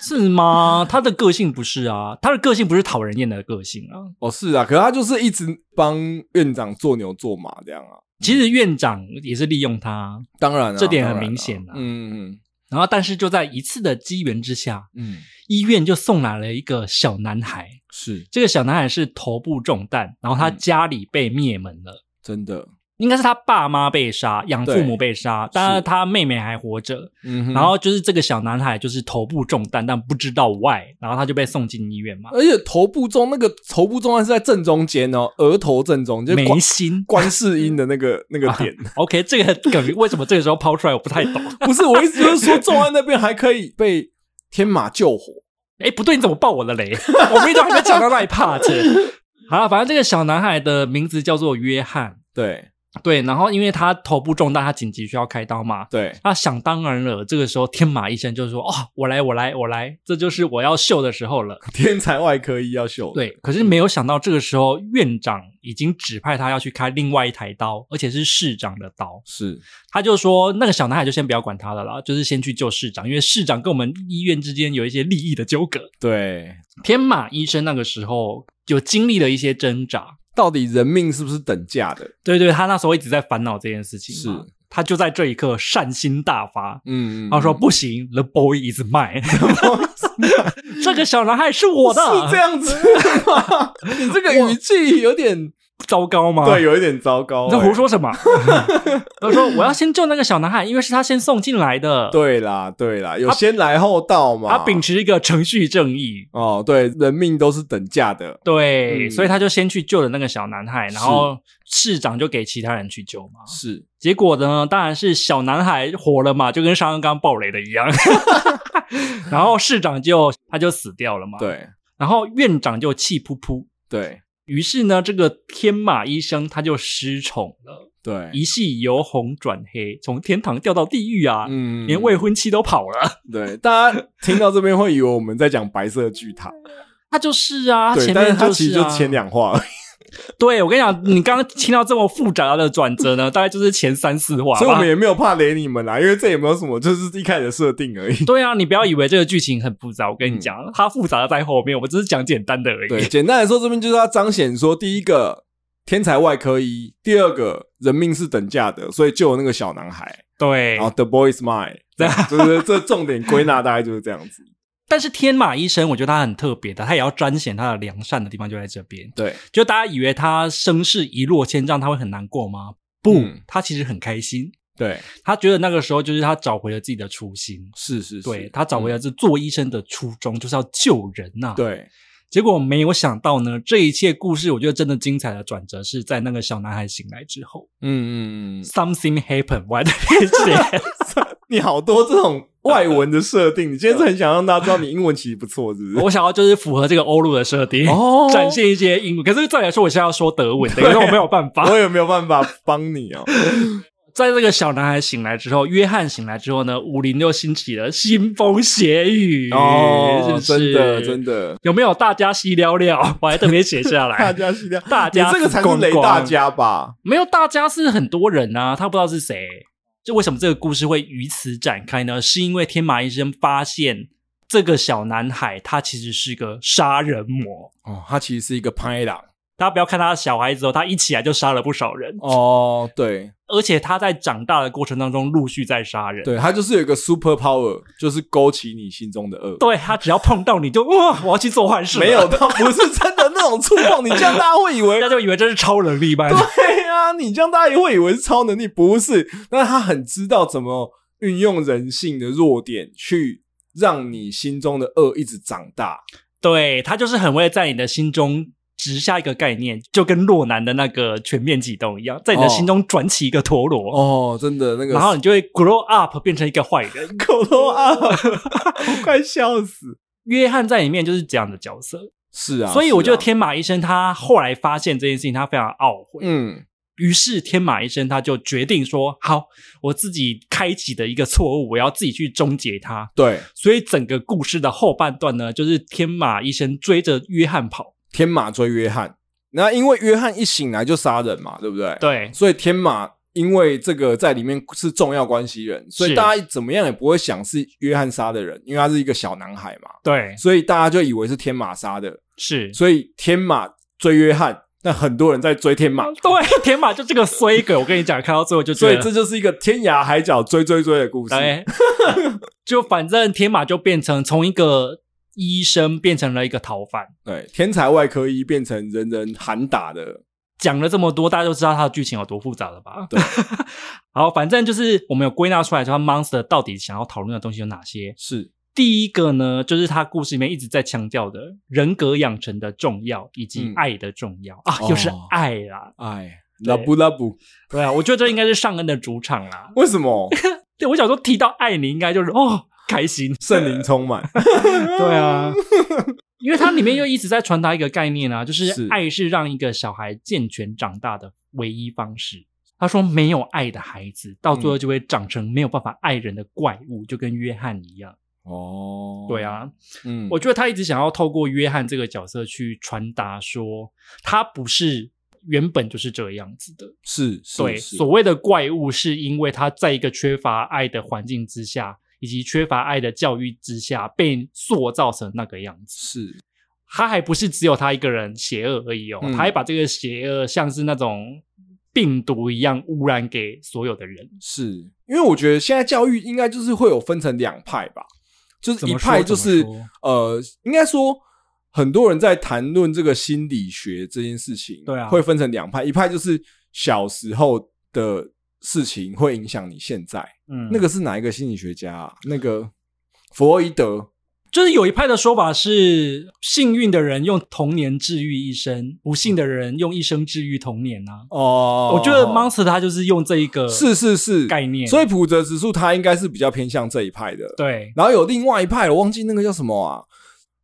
S1: 是吗？他的个性不是啊，他的个性不是讨人厌的个性啊。
S2: 哦，是啊，可是他就是一直帮院长做牛做马这样啊，
S1: 其实院长也是利用他，
S2: 当然、啊，
S1: 这点很
S2: 当然啊
S1: 明显啊
S2: 嗯嗯
S1: 然后但是就在一次的机缘之下，
S2: 嗯，
S1: 医院就送来了一个小男孩。
S2: 是
S1: 这个小男孩是头部中弹，然后他
S2: 嗯
S1: 家里被灭门了，
S2: 真的，
S1: 应该是他爸妈被杀，养父
S2: 对
S1: 母被杀，当然他妹妹还活着。
S2: 嗯哼
S1: 然后就是这个小男孩就是头部中弹，但不知道 why，然后他就被送进医院嘛，
S2: 而且头部中那个头部中还是在正中间哦，额头正中，就是
S1: 没
S2: 观。
S1: 心
S2: 观世音的那个
S1: <laughs>
S2: 那个点，
S1: OK，这个梗为什么这个时候抛出来，我不太懂。
S2: 不是我意思就是说，重案那边还可以被天马救火，
S1: 哎，不对，你怎么爆我的雷？我们一直还没讲到那一 part。好 <laughs> 了，反正这个小男孩的名字叫做约翰，
S2: 对
S1: 对，然后因为他头部中弹，他紧急需要开刀嘛。
S2: 对，
S1: 那想当然了，这个时候天马医生就说：“哦，我来，我来，我来，这就是我要秀的时候了。
S2: 天才外科医要秀，”
S1: 对，可是
S2: 嗯
S1: 没有想到这个时候院长已经指派他要去开另外一台刀，而且是市长的刀。
S2: 是
S1: 他就说：“那个小男孩就先不要管他了啦，就是先去救市长，因为市长跟我们医院之间有一些利益的纠葛。”
S2: 对，
S1: 天马医生那个时候有经历了一些挣扎，
S2: 到底人命是不是等价的？
S1: 对对，他那时候一直在烦恼这件事情嘛
S2: 是
S1: 他就在这一刻善心大发，
S2: 嗯，嗯
S1: 他说：“
S2: 嗯
S1: 不行，The boy is
S2: <laughs>
S1: mine，这个小男孩是我的。”
S2: 是这
S1: <laughs>
S2: 样子吗？你这个语气有点
S1: 糟糕吗？
S2: 对，。有一点糟
S1: 啊
S2: 糕、
S1: 你在
S2: 欸
S1: 胡说
S2: <laughs>
S1: 什么？他说：“我要先救那个小男孩，因为是他先送进来的。，
S2: 对啦，对啦，有先来后到嘛。
S1: 他啊秉持一个程序正义，
S2: 哦，对，人命都是等价的，
S1: 对，
S2: 嗯
S1: 所以他就先去救了那个小男孩，然后市长就给其他人去救嘛。
S2: 是
S1: 结果呢，当然是小男孩火了嘛，就跟刚刚暴雷的一
S2: <laughs>
S1: 样。 <laughs> 然后市长就他就死掉了嘛。。
S2: 对
S1: 然后院长就气扑扑，
S2: 对
S1: 于是呢，这个天马医生他就失宠了，
S2: 对，
S1: 一系由红转黑，从天堂掉到地狱啊，
S2: 嗯
S1: 连未婚妻都跑了。
S2: 对，大家听到这边会以为我们在讲白色巨塔，
S1: 他就是 <laughs> 啊，
S2: 对，
S1: 前
S2: 但是
S1: 面
S2: 它
S1: 就
S2: 其实
S1: 是
S2: 就
S1: 啊，
S2: 前两话而已，
S1: 对我跟你讲，你刚刚听到这么复杂的转折呢，大概就是前三四话吧。
S2: 所以我们也没有怕雷你们啦，因为这也没有什么，就是一开始的设定
S1: <laughs>
S2: 而已。
S1: <laughs> 对啊，你不要以为这个剧情很复杂，我跟你讲，它复杂的在后面，我们只是讲简单的而
S2: 嗯对，
S1: 已。
S2: 简单来说，这边就是要彰显说，第一个天才外科医，第二个人命是等价的，所以救了那个小男孩，
S1: 对
S2: 然，后 The Boy is <laughs> Mine，对，就是这重点归纳大概就是这样子。
S1: 但是天马医生，我觉得他很特别的，他也要彰显他的良善的地方就在这边。
S2: 对，
S1: 就大家以为他声势一落千丈，他会很难过吗？不，
S2: 嗯
S1: 他其实很开心。
S2: 对，
S1: 他觉得那个时候就是他找回了自己的初心，
S2: 是是是，
S1: 对他找回了
S2: 嗯
S1: 这做医生的初衷，就是要救人呐、。
S2: 对，
S1: 结果没有想到呢，这一切故事我觉得真的精彩的转折是在那个小男孩醒来之后
S2: 嗯嗯嗯
S1: ，something happened，我还在那边
S2: <laughs>
S1: 写。
S2: 嗯，你好多这种外文的设定，你今天是很想让大家知道你英文其实不错，是不是？
S1: 我想要就是符合这个欧陆的设定，
S2: <laughs> 哦
S1: 展现一些英文。可是照理来说，我现在要说德文的，因为我没有办法
S2: <laughs> 我。也没有办法帮你 <laughs> 哦。
S1: 在这个小男孩醒来之后，约翰醒来之后呢，武林又兴起了腥风血雨，是不
S2: 哦，
S1: 是？
S2: 真的真。的，
S1: 有没有大家细聊聊？我还特别写下来。
S2: <laughs> 哎大家是这样，
S1: 大家
S2: 你这个才是雷大家吧？
S1: 没有大家是很多人啊，他不知道是谁。就为什么这个故事会于此展开呢？是因为天马医生发现这个小男孩他其实是个杀人魔。
S2: 哦，他其实是一个拍狼。
S1: 大家不要看他小孩子哦，他一起来就杀了不少人。
S2: 哦，对
S1: 而且他在长大的过程当中陆续在杀人。
S2: 对，他就是有一个 super power，就是勾起你心中的恶。
S1: 对，他只要碰到你就哇，我要去做坏事了。
S2: 没有，他不是真的那种触碰，你这样大家会以
S1: <laughs>
S2: 为
S1: 大家就以为这是超能力吧？
S2: 对啊，你这样大家也会以为是超能力，不是？但是他很知道怎么运用人性的弱点去让你心中的恶一直长大。
S1: 对他就是很会在你的心中植下一个概念，就跟洛南的那个全面启动一样，在你的
S2: 哦
S1: 心中转起一个陀螺。
S2: 哦，真的那个，。
S1: 然后你就会 grow up 变成一个坏人
S2: <laughs> 口头啊，我快笑死！
S1: 约翰在里面就是这样的角色，
S2: 是啊，
S1: 所以我觉得
S2: 天，
S1: 天马医生他后来发现这件事情，他非常懊悔。
S2: 嗯，
S1: 于是天马医生他就决定说：“好，我自己开启的一个错误，我要自己去终结它。
S2: 对，”
S1: 所以整个故事的后半段呢，就是天马医生追着约翰跑。
S2: 天马追约翰。那因为约翰一醒来就杀人嘛，对不对？
S1: 对，
S2: 所以天马因为这个在里面是重要关系人，所以
S1: 是
S2: 大家怎么样也不会想是约翰杀的人，因为他是一个小男孩嘛，
S1: 对，
S2: 所以大家就以为是天马杀的。
S1: 是，
S2: 所以天马追约翰，但很多人在追天马，
S1: 对，天马就这个衰鬼，我跟你讲，看到最后就觉
S2: 所
S1: 得
S2: 以这就是一个天涯海角追追追的故事。
S1: 对，哎 <laughs> 就反正天马就变成从一个医生变成了一个逃犯。
S2: 对，天才外科医变成人人喊打的，
S1: 讲了这么多，大家都知道它的剧情有多复杂了吧？对， <laughs> 好，反正就是我们有归纳出来，说它 Monster 到底想要讨论的东西有哪些。
S2: 是
S1: 第一个呢，就是他故事里面一直在强调的人格养成的重要，以及
S2: 嗯
S1: 爱的重要、啊
S2: 哦，
S1: 又是爱啦。
S2: 哎，
S1: 对
S2: 拉布拉布，
S1: 对啊，我觉得这应该是上恩的主场啦。
S2: 为
S1: <laughs>
S2: 什么
S1: 对，我想说提到爱，你应该就是哦开心。
S2: 圣灵充满？ <laughs>
S1: <laughs> 对啊，因为它里面又一直在传达一个概念 <laughs> 啊，就是
S2: 是
S1: 爱是让一个小孩健全长大的唯一方式。他说，没有爱的孩子，到最后就会长成没有办法爱人的怪物，就跟约翰一样。<laughs>
S2: 哦，
S1: 对，啊，
S2: 嗯，
S1: 我觉得他一直想要透过约翰这个角色去传达说，他不是原本就是这样子的。
S2: 是是
S1: 对，
S2: 是
S1: 所谓的怪物，是因为他在一个缺乏爱的环境之下，以及缺乏爱的教育之下，被塑造成那个样子。
S2: 是
S1: 他还不是只有他一个人邪恶而已哦，
S2: 嗯
S1: 他还把这个邪恶像是那种病毒一样污染给所有的人。
S2: 是，因为我觉得现在教育应该就是会有分成两派吧，就是
S1: 怎
S2: 一
S1: 么说
S2: 派就是
S1: 怎么说
S2: 呃，应该说很多人在谈论这个心理学这件事情，
S1: 对啊
S2: 会分成两派，一派就是小时候的事情会影响你现在，
S1: 嗯
S2: 那个是哪一个心理学家、啊？那个弗洛伊德
S1: 就是有一派的说法是，幸运的人用童年治愈一生，不幸的人用一生治愈童年啊。
S2: 哦，
S1: 我觉得 Monster 他就是用这一个
S2: 是是是
S1: 概念
S2: 所以普泽指数他应该是比较偏向这一派的，
S1: 对
S2: 然后有另外一派，我忘记那个叫什么啊，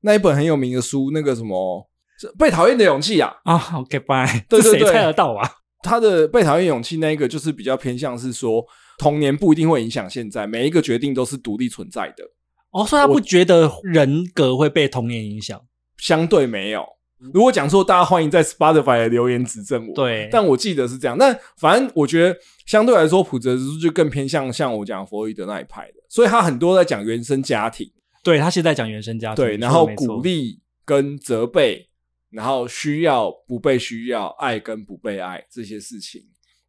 S2: 那一本很有名的书，那个什么是《被讨厌的勇气》啊，
S1: 啊，OK bye， <laughs>
S2: 对对
S1: 这谁
S2: 对
S1: 猜得到啊？
S2: 他的《被讨厌的勇气》那一个就是比较偏向是说，童年不一定会影响现在，每一个决定都是独立存在的，
S1: 哦，所以他不觉得人格会被童年影响。
S2: 相对没有。如果讲错，大家欢迎在 Spotify 的留言指正我。
S1: 对
S2: 但我记得是这样。那反正我觉得相对来说，普泽之就更偏向像我讲弗洛伊德那一派的，所以他很多在讲原生家庭。
S1: 对他现在讲原生家庭，
S2: 对，
S1: 你
S2: 然
S1: 说啊
S2: 后
S1: 得没错
S2: 鼓励跟责备，然后需要不被需要，爱跟不被爱这些事情，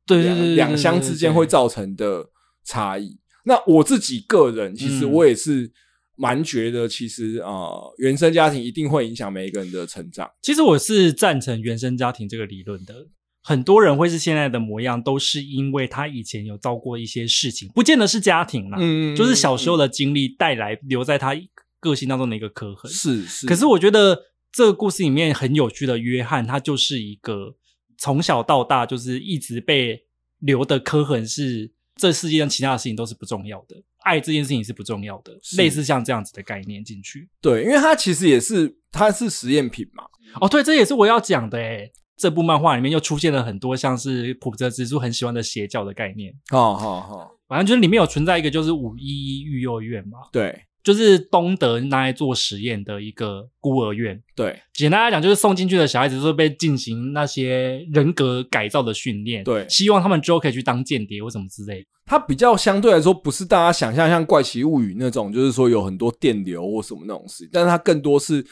S1: 对对对对
S2: 两
S1: 对
S2: 两相之间会
S1: 对
S2: 造成的差异。那我自己个人，其实
S1: 嗯
S2: 我也是蛮觉得，其实啊、呃原生家庭一定会影响每一个人的成长。
S1: 其实我是赞成原生家庭这个理论的。很多人会是现在的模样，都是因为他以前有遭过一些事情，不见得是家庭啦，
S2: 嗯
S1: 就是小时候
S2: 的
S1: 的经历带来留在他个性当中的一个刻痕。
S2: 嗯是是，
S1: 可是我觉得这个故事里面很有趣的约翰，他就是一个从小到大就是一直被留的刻痕是这世界上其他的事情都是不重要的，爱这件事情是不重要的，
S2: 是
S1: 类似像这样子的概念进去。
S2: 对，因为它其实也是它是实验品嘛，
S1: 哦，对，这也是我要讲的诶。这部漫画里面又出现了很多像是普泽之助很喜欢的邪教的概念，
S2: 哦好好，
S1: 反正就是里面有存在一个就是五一一育幼院嘛，
S2: 对
S1: 就是东德拿来做实验的一个孤儿院。
S2: 对
S1: 简单来讲，就是送进去的小孩子是被进行那些人格改造的训练，
S2: 对
S1: 希望他们之后可以去当间谍或什么之类的。
S2: 它比较相对来说不是大家想象像《怪奇物语》那种，就是说有很多电流或什么那种事，但是它更多是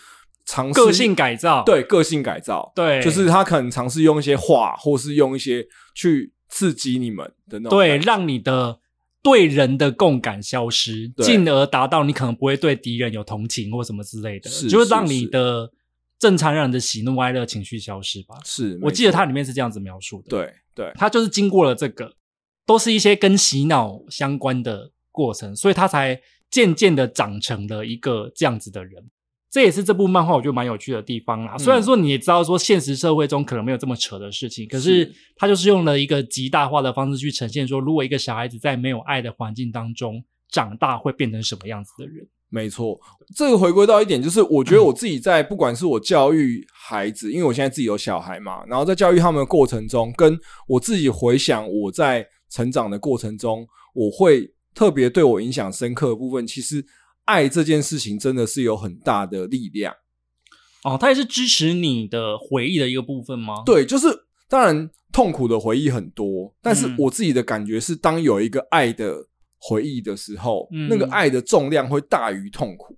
S2: 尝试
S1: 个性改造，
S2: 对个性改造，
S1: 对，
S2: 就是他可能尝试用一些话，或是用一些去刺激你们的那种
S1: 对，
S2: 感觉，
S1: 让你的对人的共感消失，
S2: 对
S1: 进而达到你可能不会对敌人有同情或什么之类的，
S2: 是
S1: 就是
S2: 是
S1: 让你
S2: 是
S1: 的正常人的喜怒哀乐情绪消失吧。
S2: 是
S1: 我记得它
S2: 他
S1: 里面是这样子描述的，，
S2: 对对
S1: 它就是经过了这个，都是一些跟洗脑相关的过程，所以他才渐渐的长成了一个这样子的人。这也是这部漫画我觉得蛮有趣的地方啦。
S2: 嗯
S1: 虽然说你也知道说现实社会中可能没有这么扯的事情，可是
S2: 是
S1: 他就是用了一个极大化的方式去呈现说，如果一个小孩子在没有爱的环境当中长大会变成什么样子的人。
S2: 没错，这个回归到一点，就是我觉得我自己在不管是我教育孩子，因为我现在自己有小孩嘛，然后在教育他们的过程中，跟我自己回想我在成长的过程中，我会特别对我影响深刻的部分，其实爱这件事情真的是有很大的力量。
S1: 哦，它也是支持你的回忆的一个部分吗？，
S2: 对，就是当然痛苦的回忆很多，但是
S1: 嗯
S2: 我自己的感觉是，当有一个爱的回忆的时候，
S1: 嗯
S2: 那个爱的重量会大于痛苦。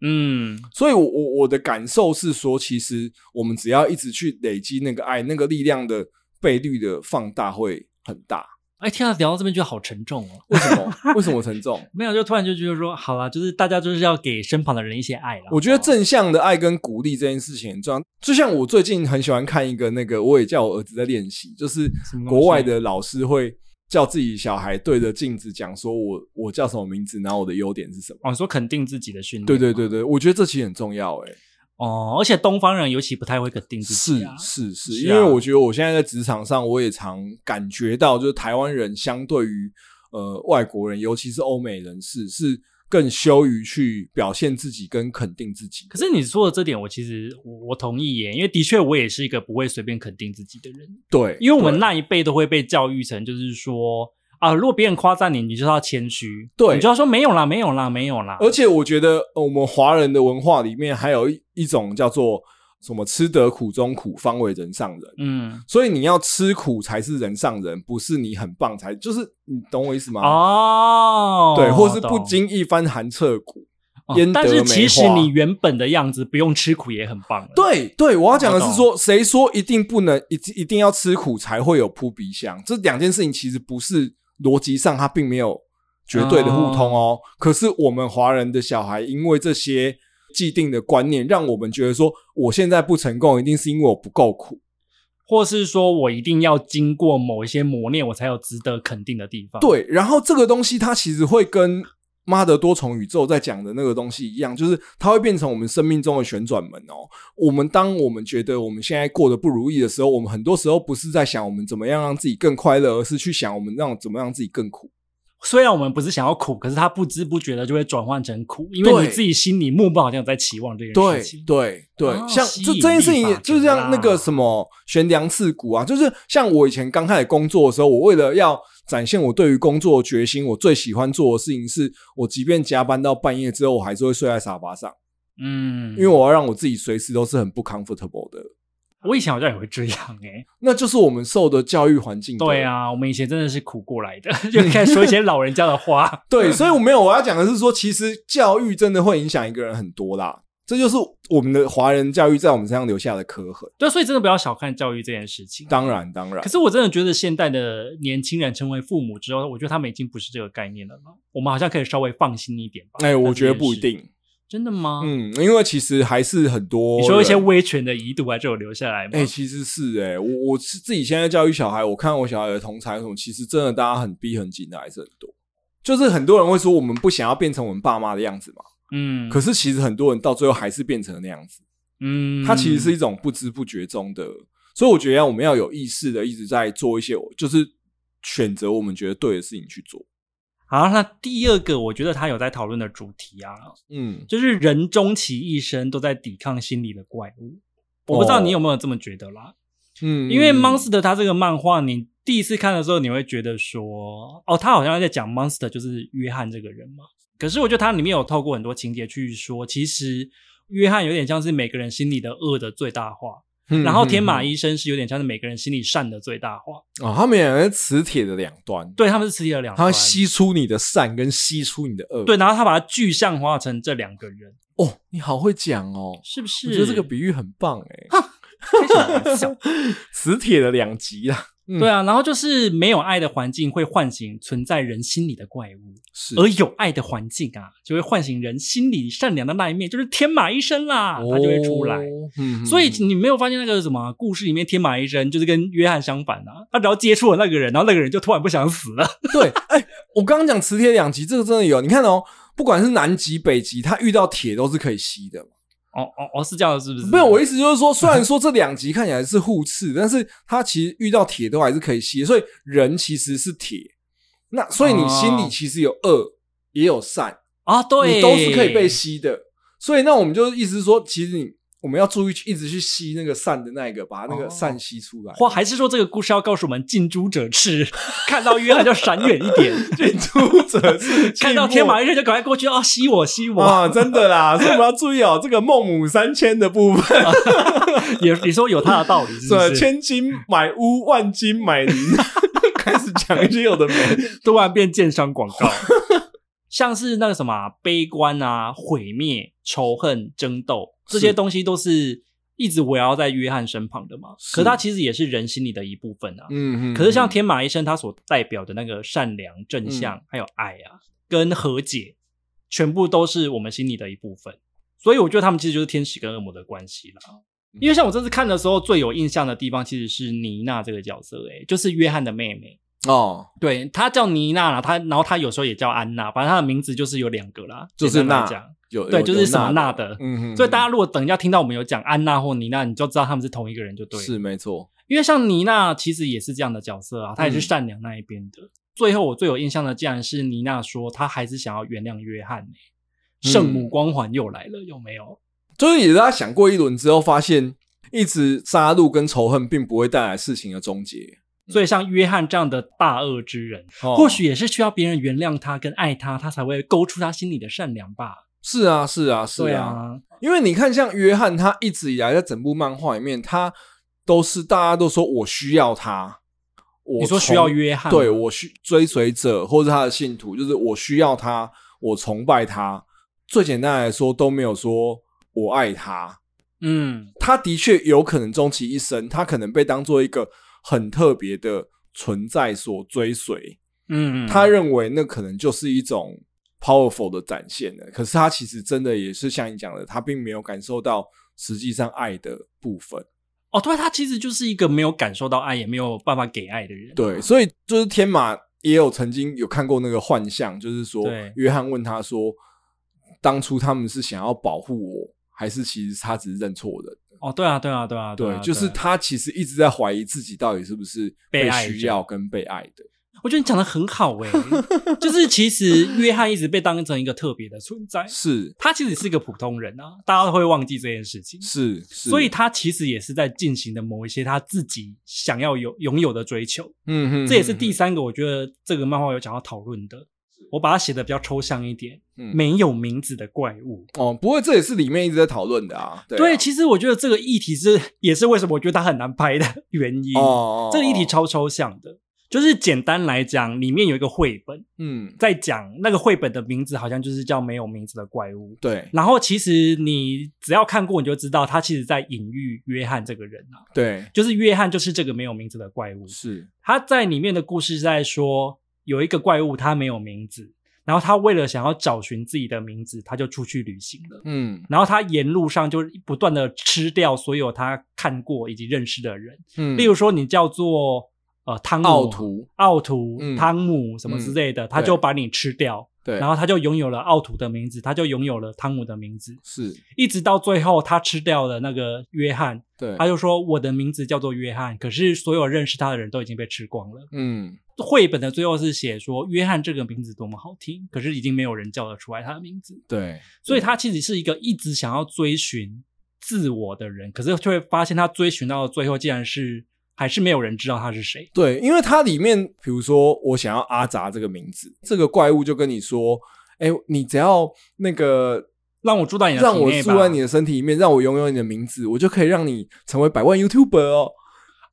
S1: 嗯
S2: 所以我，我我的感受是说，其实我们只要一直去累积那个爱，那个力量的倍率的放大会很大。
S1: 哎，天啊，聊到这边觉得好沉重哦。
S2: 为
S1: <laughs>
S2: 什么？为什么沉重？
S1: 没有，就突然就觉得说，好啦，就是大家就是要给身旁的人一些爱啦。
S2: 我觉得正向的爱跟鼓励这件事情很重要。就像我最近很喜欢看一个那个，我也叫我儿子在练习，就是
S1: 什么东西
S2: 国外的老师会叫自己小孩对着镜子讲，说我我叫什么名字，然后我的优点是什么。
S1: 哦，你说肯定自己的训练，
S2: 对对对。
S1: 嗯
S2: 对，我觉得这其实很重要、欸。
S1: 哦，而且东方人尤其不太会肯定自己、啊，
S2: 是是是，
S1: 是
S2: 因为
S1: 啊
S2: 我觉得我现在在职场上，我也常感觉到，就是台湾人相对于呃外国人，尤其是欧美人士，是更羞于去表现自己跟肯定自己。
S1: 可是你说的这点，我其实我我同意耶，因为的确我也是一个不会随便肯定自己的人，
S2: 对，
S1: 因为我们
S2: 对
S1: 那一辈都会被教育成就是说啊，如果别人夸赞你，你就是要谦虚，
S2: 对
S1: 你就要说没有啦，没有啦，没有啦。
S2: 而且我觉得呃我们华人的文化里面还有一一种叫做什么“吃得苦中苦，方为人上人”。
S1: 嗯，
S2: 所以你要吃苦才是人上人，不是你很棒才就是你懂我意思吗？
S1: 哦，
S2: 对，或是不
S1: 懂
S2: 经一番寒彻骨，
S1: 哦
S2: 焉
S1: 但
S2: 得
S1: 是
S2: 梅
S1: 其实
S2: 花
S1: 你原本的样子不用吃苦也很棒了。
S2: 对对，我要讲的是
S1: 我
S2: 说，谁说一定不能一一定要吃苦才会有扑鼻香？这两件事情其实不是逻辑上，它并没有绝对的互通哦。可是我们华人的小孩，因为这些既定的观念，让我们觉得说，我现在不成功，一定是因为我不够苦。
S1: 或是说我一定要经过某一些磨练，我才有值得肯定的地方。，
S2: 对，然后这个东西它其实会跟《妈的多重宇宙》在讲的那个东西一样，就是它会变成我们生命中的旋转门哦。我们当我们觉得我们现在过得不如意的时候，我们很多时候不是在想我们怎么样让自己更快乐，而是去想我们让怎么让自己更苦。
S1: 虽然我们不是想要苦，可是他不知不觉的就会转换成苦，因为
S2: 对
S1: 你自己心里默默好像有在期望这件
S2: 对
S1: 事情。
S2: 对对，
S1: 哦
S2: 像
S1: 吸
S2: 这
S1: 引
S2: 这件
S1: 力
S2: 事情，也
S1: 法
S2: 就
S1: 则
S2: 像那个
S1: 啦
S2: 什么悬梁刺股啊，就是像我以前刚开始工作的时候，我为了要展现我对于工作的决心，我最喜欢做的事情是，我即便加班到半夜之后，我还是会睡在沙发上。
S1: 嗯，
S2: 因为我要让我自己随时都是很不 comfortable 的。
S1: 我以前好像也会这样哎、
S2: <laughs> 那就是我们受的教育环境。
S1: 对，啊，我们以前真的是苦过来的， <laughs> 就开始说一些老人家的话。
S2: 对，所以我没有我要讲的是说，其实教育真的会影响一个人很多啦。这就是我们的华人教育在我们身上留下的刻痕。
S1: 对，所以真的不要小看教育这件事情。
S2: 当然，当然
S1: 可，是我真的觉得现代的年轻人成为父母之后，我觉得他们已经不是这个概念了嘛。我们好像可以稍微放心一点吧。
S2: 哎，我觉得
S1: 在这件
S2: 不一
S1: 事。
S2: 定。
S1: 真的吗？
S2: 嗯，因为其实还是很多
S1: 啊
S2: 人。
S1: 你说一些威权的遗毒还是有留下来吗？
S2: 哎、其实是哎、我我是自己现在教育小孩，我看我小孩的同才什么，其实真的大家很逼很紧的还是很多。就是很多人会说我们不想要变成我们爸妈的样子嘛，
S1: 嗯，
S2: 可是其实很多人到最后还是变成了那样子。
S1: 嗯，
S2: 它其实是一种不知不觉中的，所以我觉得我们要有意识的一直在做一些，就是选择我们觉得对的事情去做。
S1: 好。那第二个，我觉得他有在讨论的主题啊，
S2: 嗯，
S1: 就是人终其一生都在抵抗心理的怪物。我不知道你有没有这么觉得啦，
S2: 嗯
S1: 因为 Monster 他这个漫画，你第一次看的时候，你会觉得说，哦，他好像在讲 Monster 就是约翰这个人嘛。可是我觉得它里面有透过很多情节去说，其实约翰有点像是每个人心里的恶的最大化，
S2: 嗯
S1: 然后天马
S2: 医
S1: 医生是有点像是每个人心里善的最大化。
S2: 啊、哦，他们两个是磁铁的两端，
S1: 对，他们是磁铁的两
S2: 它
S1: 端，
S2: 会吸出你的善，跟吸出你的恶。
S1: 对，，然后他把它具象化成这两个人，
S2: 哦，你好会讲哦，
S1: 是不是？
S2: 我觉得这个比喻嗯很棒哎、
S1: 开什么
S2: <laughs>
S1: 玩笑
S2: 磁铁的两极啦，嗯
S1: 对啊，然后就是没有爱的环境会唤醒存在人心里的怪物，
S2: 是
S1: 而有爱的环境啊，就会唤醒人心里善良的那一面，就是天马医生啦，他啊就会出来。
S2: 哦嗯
S1: 所以你没有发现那个什么故事里面天马医生就是跟约翰相反啊，他只要接触了那个人，然后那个人就突然不想死了。 <laughs>
S2: <laughs> 对，哎、我刚刚讲磁铁两极，这个真的有，你看哦，不管是南极、北极，它遇到铁都是可以吸的。
S1: 哦哦哦，是这样的，是不是？
S2: 没有，我意思就是说，虽然说这两集看起来是互斥，但是它其实遇到铁都还是可以吸，所以人其实是铁。那所以你心里
S1: 哦
S2: 其实有恶，也有善，
S1: 啊，对，
S2: 你都是可以被吸的。所以那我们就意思是说，其实你我们要注意去一直去吸那个善的那一个，把
S1: 哦
S2: 那个善吸出来。
S1: 或还是说这个故事要告诉我们近朱者赤， <laughs> 看到约翰就闪远一
S2: <laughs>
S1: 点，
S2: 近朱者 <laughs> 赤，
S1: 看到天马一热就赶快过去哦，吸我吸我，
S2: <laughs> 啊，真的啦，所以我们要注意哦，这个孟母三迁的部分，
S1: 也你说有他的道理
S2: <laughs>
S1: 是不
S2: 这
S1: 是？
S2: 千金买屋，万金买 <laughs> 邻，开始讲一些有的没的。
S1: 突然变建商广告， <laughs> 像是那个什么啊悲观啊、毁灭、仇恨、争斗这些
S2: 是
S1: 东西都是。一直围绕在约翰身旁的嘛，
S2: 是
S1: 可是他其实也是人心里的一部分啊。
S2: 嗯嗯
S1: 可是像天马医生他所代表的那个善良、正向，还有爱啊，跟和解，全部都是我们心里的一部分。所以我觉得他们其实就是天使跟恶魔的关系
S2: 嗯
S1: 啦。因为像我这次看的时候，最有印象的地方其实是妮娜这个角色、欸，诶，就是约翰的妹妹。
S2: 哦，
S1: 对，她叫妮娜啦，她然后她有时候也叫安娜，反正她的名字就是有两个啦，
S2: 就是
S1: 简单来
S2: 娜
S1: 讲，
S2: 有
S1: 对，就是什么
S2: 那
S1: 娜的。
S2: 嗯哼，
S1: 所以大家如果等一下听到我们有讲安娜或妮娜，你就知道他们是同一个人，就对了。
S2: 是没错，
S1: 因为像妮娜其实也是这样的角色啊，她也是
S2: 嗯
S1: 善良那一边的。最后我最有印象的，竟然是妮娜说她还是想要原谅约翰、欸，
S2: 嗯
S1: 圣母光环又来了，有没有？
S2: 就是也是他想过一轮之后，发现一直杀戮跟仇恨并不会带来事情的终结。
S1: 所以像约翰这样的大恶之人，
S2: 哦
S1: 或许也是需要别人原谅他跟爱他，他才会勾出他心里的善良吧？
S2: 是啊，是啊，是
S1: 对，啊，
S2: 因为你看，像约翰，他一直以来在整部漫画里面，他都是大家都说我需要他，我
S1: 你说
S2: 崇
S1: 需要约翰吗
S2: 对我需追随者或者他的信徒，就是我需要他，我崇拜他。最简单来说，都没有说我爱他。
S1: 嗯，
S2: 他的确有可能终其一生，他可能被当做一个很特别的存在所追随。
S1: 嗯，
S2: 他认为那可能就是一种 powerful 的展现了。可是他其实真的也是像你讲的，他并没有感受到实际上爱的部分。
S1: 哦，对，他其实就是一个没有感受到爱，也没有办法给爱的人。
S2: 对，所以就是天马也有曾经有看过那个幻象，就是说
S1: 对
S2: 约翰问他说，当初他们是想要保护我，还是其实他只是认错人？
S1: 哦，对啊，对啊，对啊，
S2: 对
S1: 啊，
S2: 就是
S1: 啊
S2: 他其实一直在怀疑自己到底是不是
S1: 被
S2: 被
S1: 爱
S2: 需
S1: 着
S2: 要跟被爱的。
S1: 我觉得你讲的很好诶、就是其实约翰一直被当成一个特别的存在，
S2: 是
S1: 他其实是一个普通人啊，大家会忘记这件事情，
S2: 是是，
S1: 所以他其实也是在进行的某一些他自己想要有拥有的追求，
S2: 嗯哼，
S1: 这也是第三个我觉得这个漫画有想要讨论的，我把它写的比较抽象一点，
S2: 嗯
S1: 没有名字的怪物。
S2: 哦，不过这也是里面一直在讨论的啊。对啊
S1: 对，其实我觉得这个议题是也是为什么我觉得它很难拍的原因。
S2: 哦
S1: 这个议题，超抽象的，就是简单来讲，里面有一个绘本，
S2: 嗯，
S1: 在讲那个绘本的名字好像就是叫没有名字的怪物。
S2: 对
S1: 然后其实你只要看过，你就知道他其实在隐喻约翰这个人啊，
S2: 对
S1: 就是约翰就是这个没有名字的怪物。
S2: 是，
S1: 他在里面的故事是在说，有一个怪物他没有名字，然后他为了想要找寻自己的名字，他就出去旅行了。
S2: 嗯
S1: 然后他沿路上就不断的吃掉所有他看过以及认识的人，
S2: 嗯，
S1: 例如说你叫做呃汤姆
S2: 奥图，
S1: 奥图、
S2: 嗯
S1: 汤姆什么之类的，他就把你吃掉，
S2: 对，
S1: 然后他就拥有了奥图的名字，他就拥有了汤姆的名字，
S2: 是
S1: 一直到最后他吃掉了那个约翰，
S2: 对，
S1: 他就说我的名字叫做约翰，可是所有认识他的人都已经被吃光了。
S2: 嗯
S1: 绘本的最后是写说约翰这个名字多么好听，可是已经没有人叫得出来他的名字，
S2: 对，
S1: 所以他其实是一个一直想要追寻自我的人，可是却会发现他追寻到最后竟然是还是没有人知道他是谁。
S2: 对，因为它里面，比如说我想要阿杂这个名字，这个怪物就跟你说，哎，你只要那个。
S1: 让我住哎到你的
S2: 让
S1: 体
S2: 我
S1: 内
S2: 住
S1: 吧
S2: 在你的身体里面，让我拥有你的名字，我就可以让你成为百万 YouTuber 哦，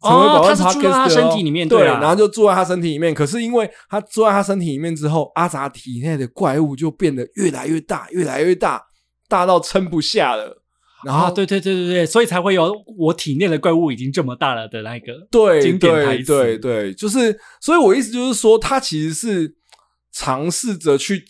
S2: 成为百
S1: 哦
S2: 万 p
S1: 他
S2: o
S1: 是住在
S2: d c a
S1: 他
S2: s
S1: 身体里面
S2: 对，
S1: 对啊
S2: 然后就住在他身体里面。可是因为他住在他身体里面之后，阿杂体内的怪物就变得越来越大，越来越大，大到撑不下了。然后
S1: 啊，对对对对对，所以才会有我体内的怪物已经这么大了的那个
S2: 对
S1: 经典台
S2: 对
S1: 词
S2: 对对，就是，所以我意思就是说，他其实是尝试着去体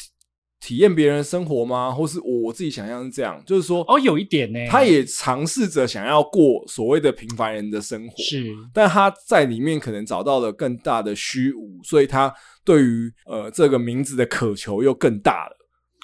S2: 体验别人的生活吗？或是我我自己想象是这样，就是说，
S1: 哦，有一点呢、
S2: 他也尝试着想要过所谓的平凡人的生活，
S1: 是
S2: 但他在里面可能找到了更大的虚无，所以他对于呃这个名字的渴求又更大了。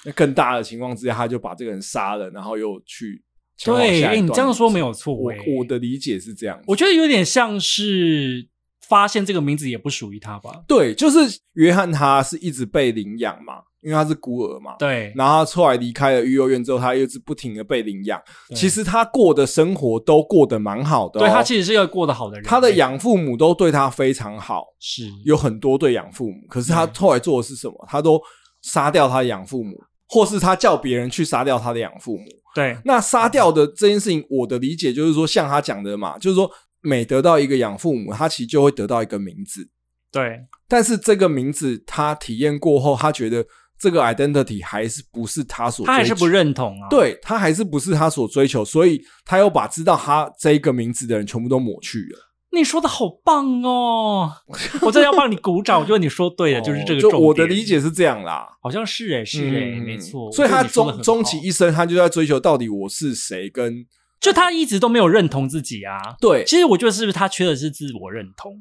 S2: 那更大的情况之下，他就把这个人杀了，然后又去前往
S1: 对，
S2: 下
S1: 哎、
S2: 一
S1: 你
S2: 段
S1: 这样
S2: 路
S1: 说
S2: 程
S1: 没有错、
S2: 我
S1: 哎
S2: 我的理解是这样子，
S1: 我觉得有点像是发现这个名字也不属于他吧，
S2: 对，就是约翰他是一直被领养嘛，因为他是孤儿嘛。
S1: 对，
S2: 然后他后来离开了育幼院之后，他又是不停的被领养。
S1: 对
S2: 其实他过的生活都过得蛮好的哦、
S1: 对他其实是一个过得好的人，
S2: 他的养父母都对他非常好，
S1: 是
S2: 有很多对养父母。可是他
S1: 对
S2: 后来做的是什么？他都杀掉他的养父母，或是他叫别人去杀掉他的养父母。
S1: 对
S2: 那杀掉的这件事情，我的理解就是说，像他讲的嘛，就是说每得到一个养父母，他其实就会得到一个名字。
S1: 对
S2: 但是这个名字他体验过后，他觉得这个 identity 还是不是他所追求
S1: 他还是不认同啊，
S2: 对他还是不是他所追求，所以他又把知道他这一个名字的人全部都抹去了。
S1: 你说的好棒哦！我真的要帮你鼓掌，我觉得你说对了，就是这个
S2: 哦
S1: 重
S2: 就
S1: 点。
S2: 我的理解是这样啦，
S1: 好像是哎、是哎、
S2: 嗯
S1: 没错。
S2: 所以他
S1: 我觉得你说得
S2: 终
S1: 很
S2: 终
S1: 好
S2: 其一生，他就在追求到底我是谁跟
S1: 就他一直都没有认同自己啊。
S2: 对。
S1: 其实我觉得是不是他缺的是自我认同？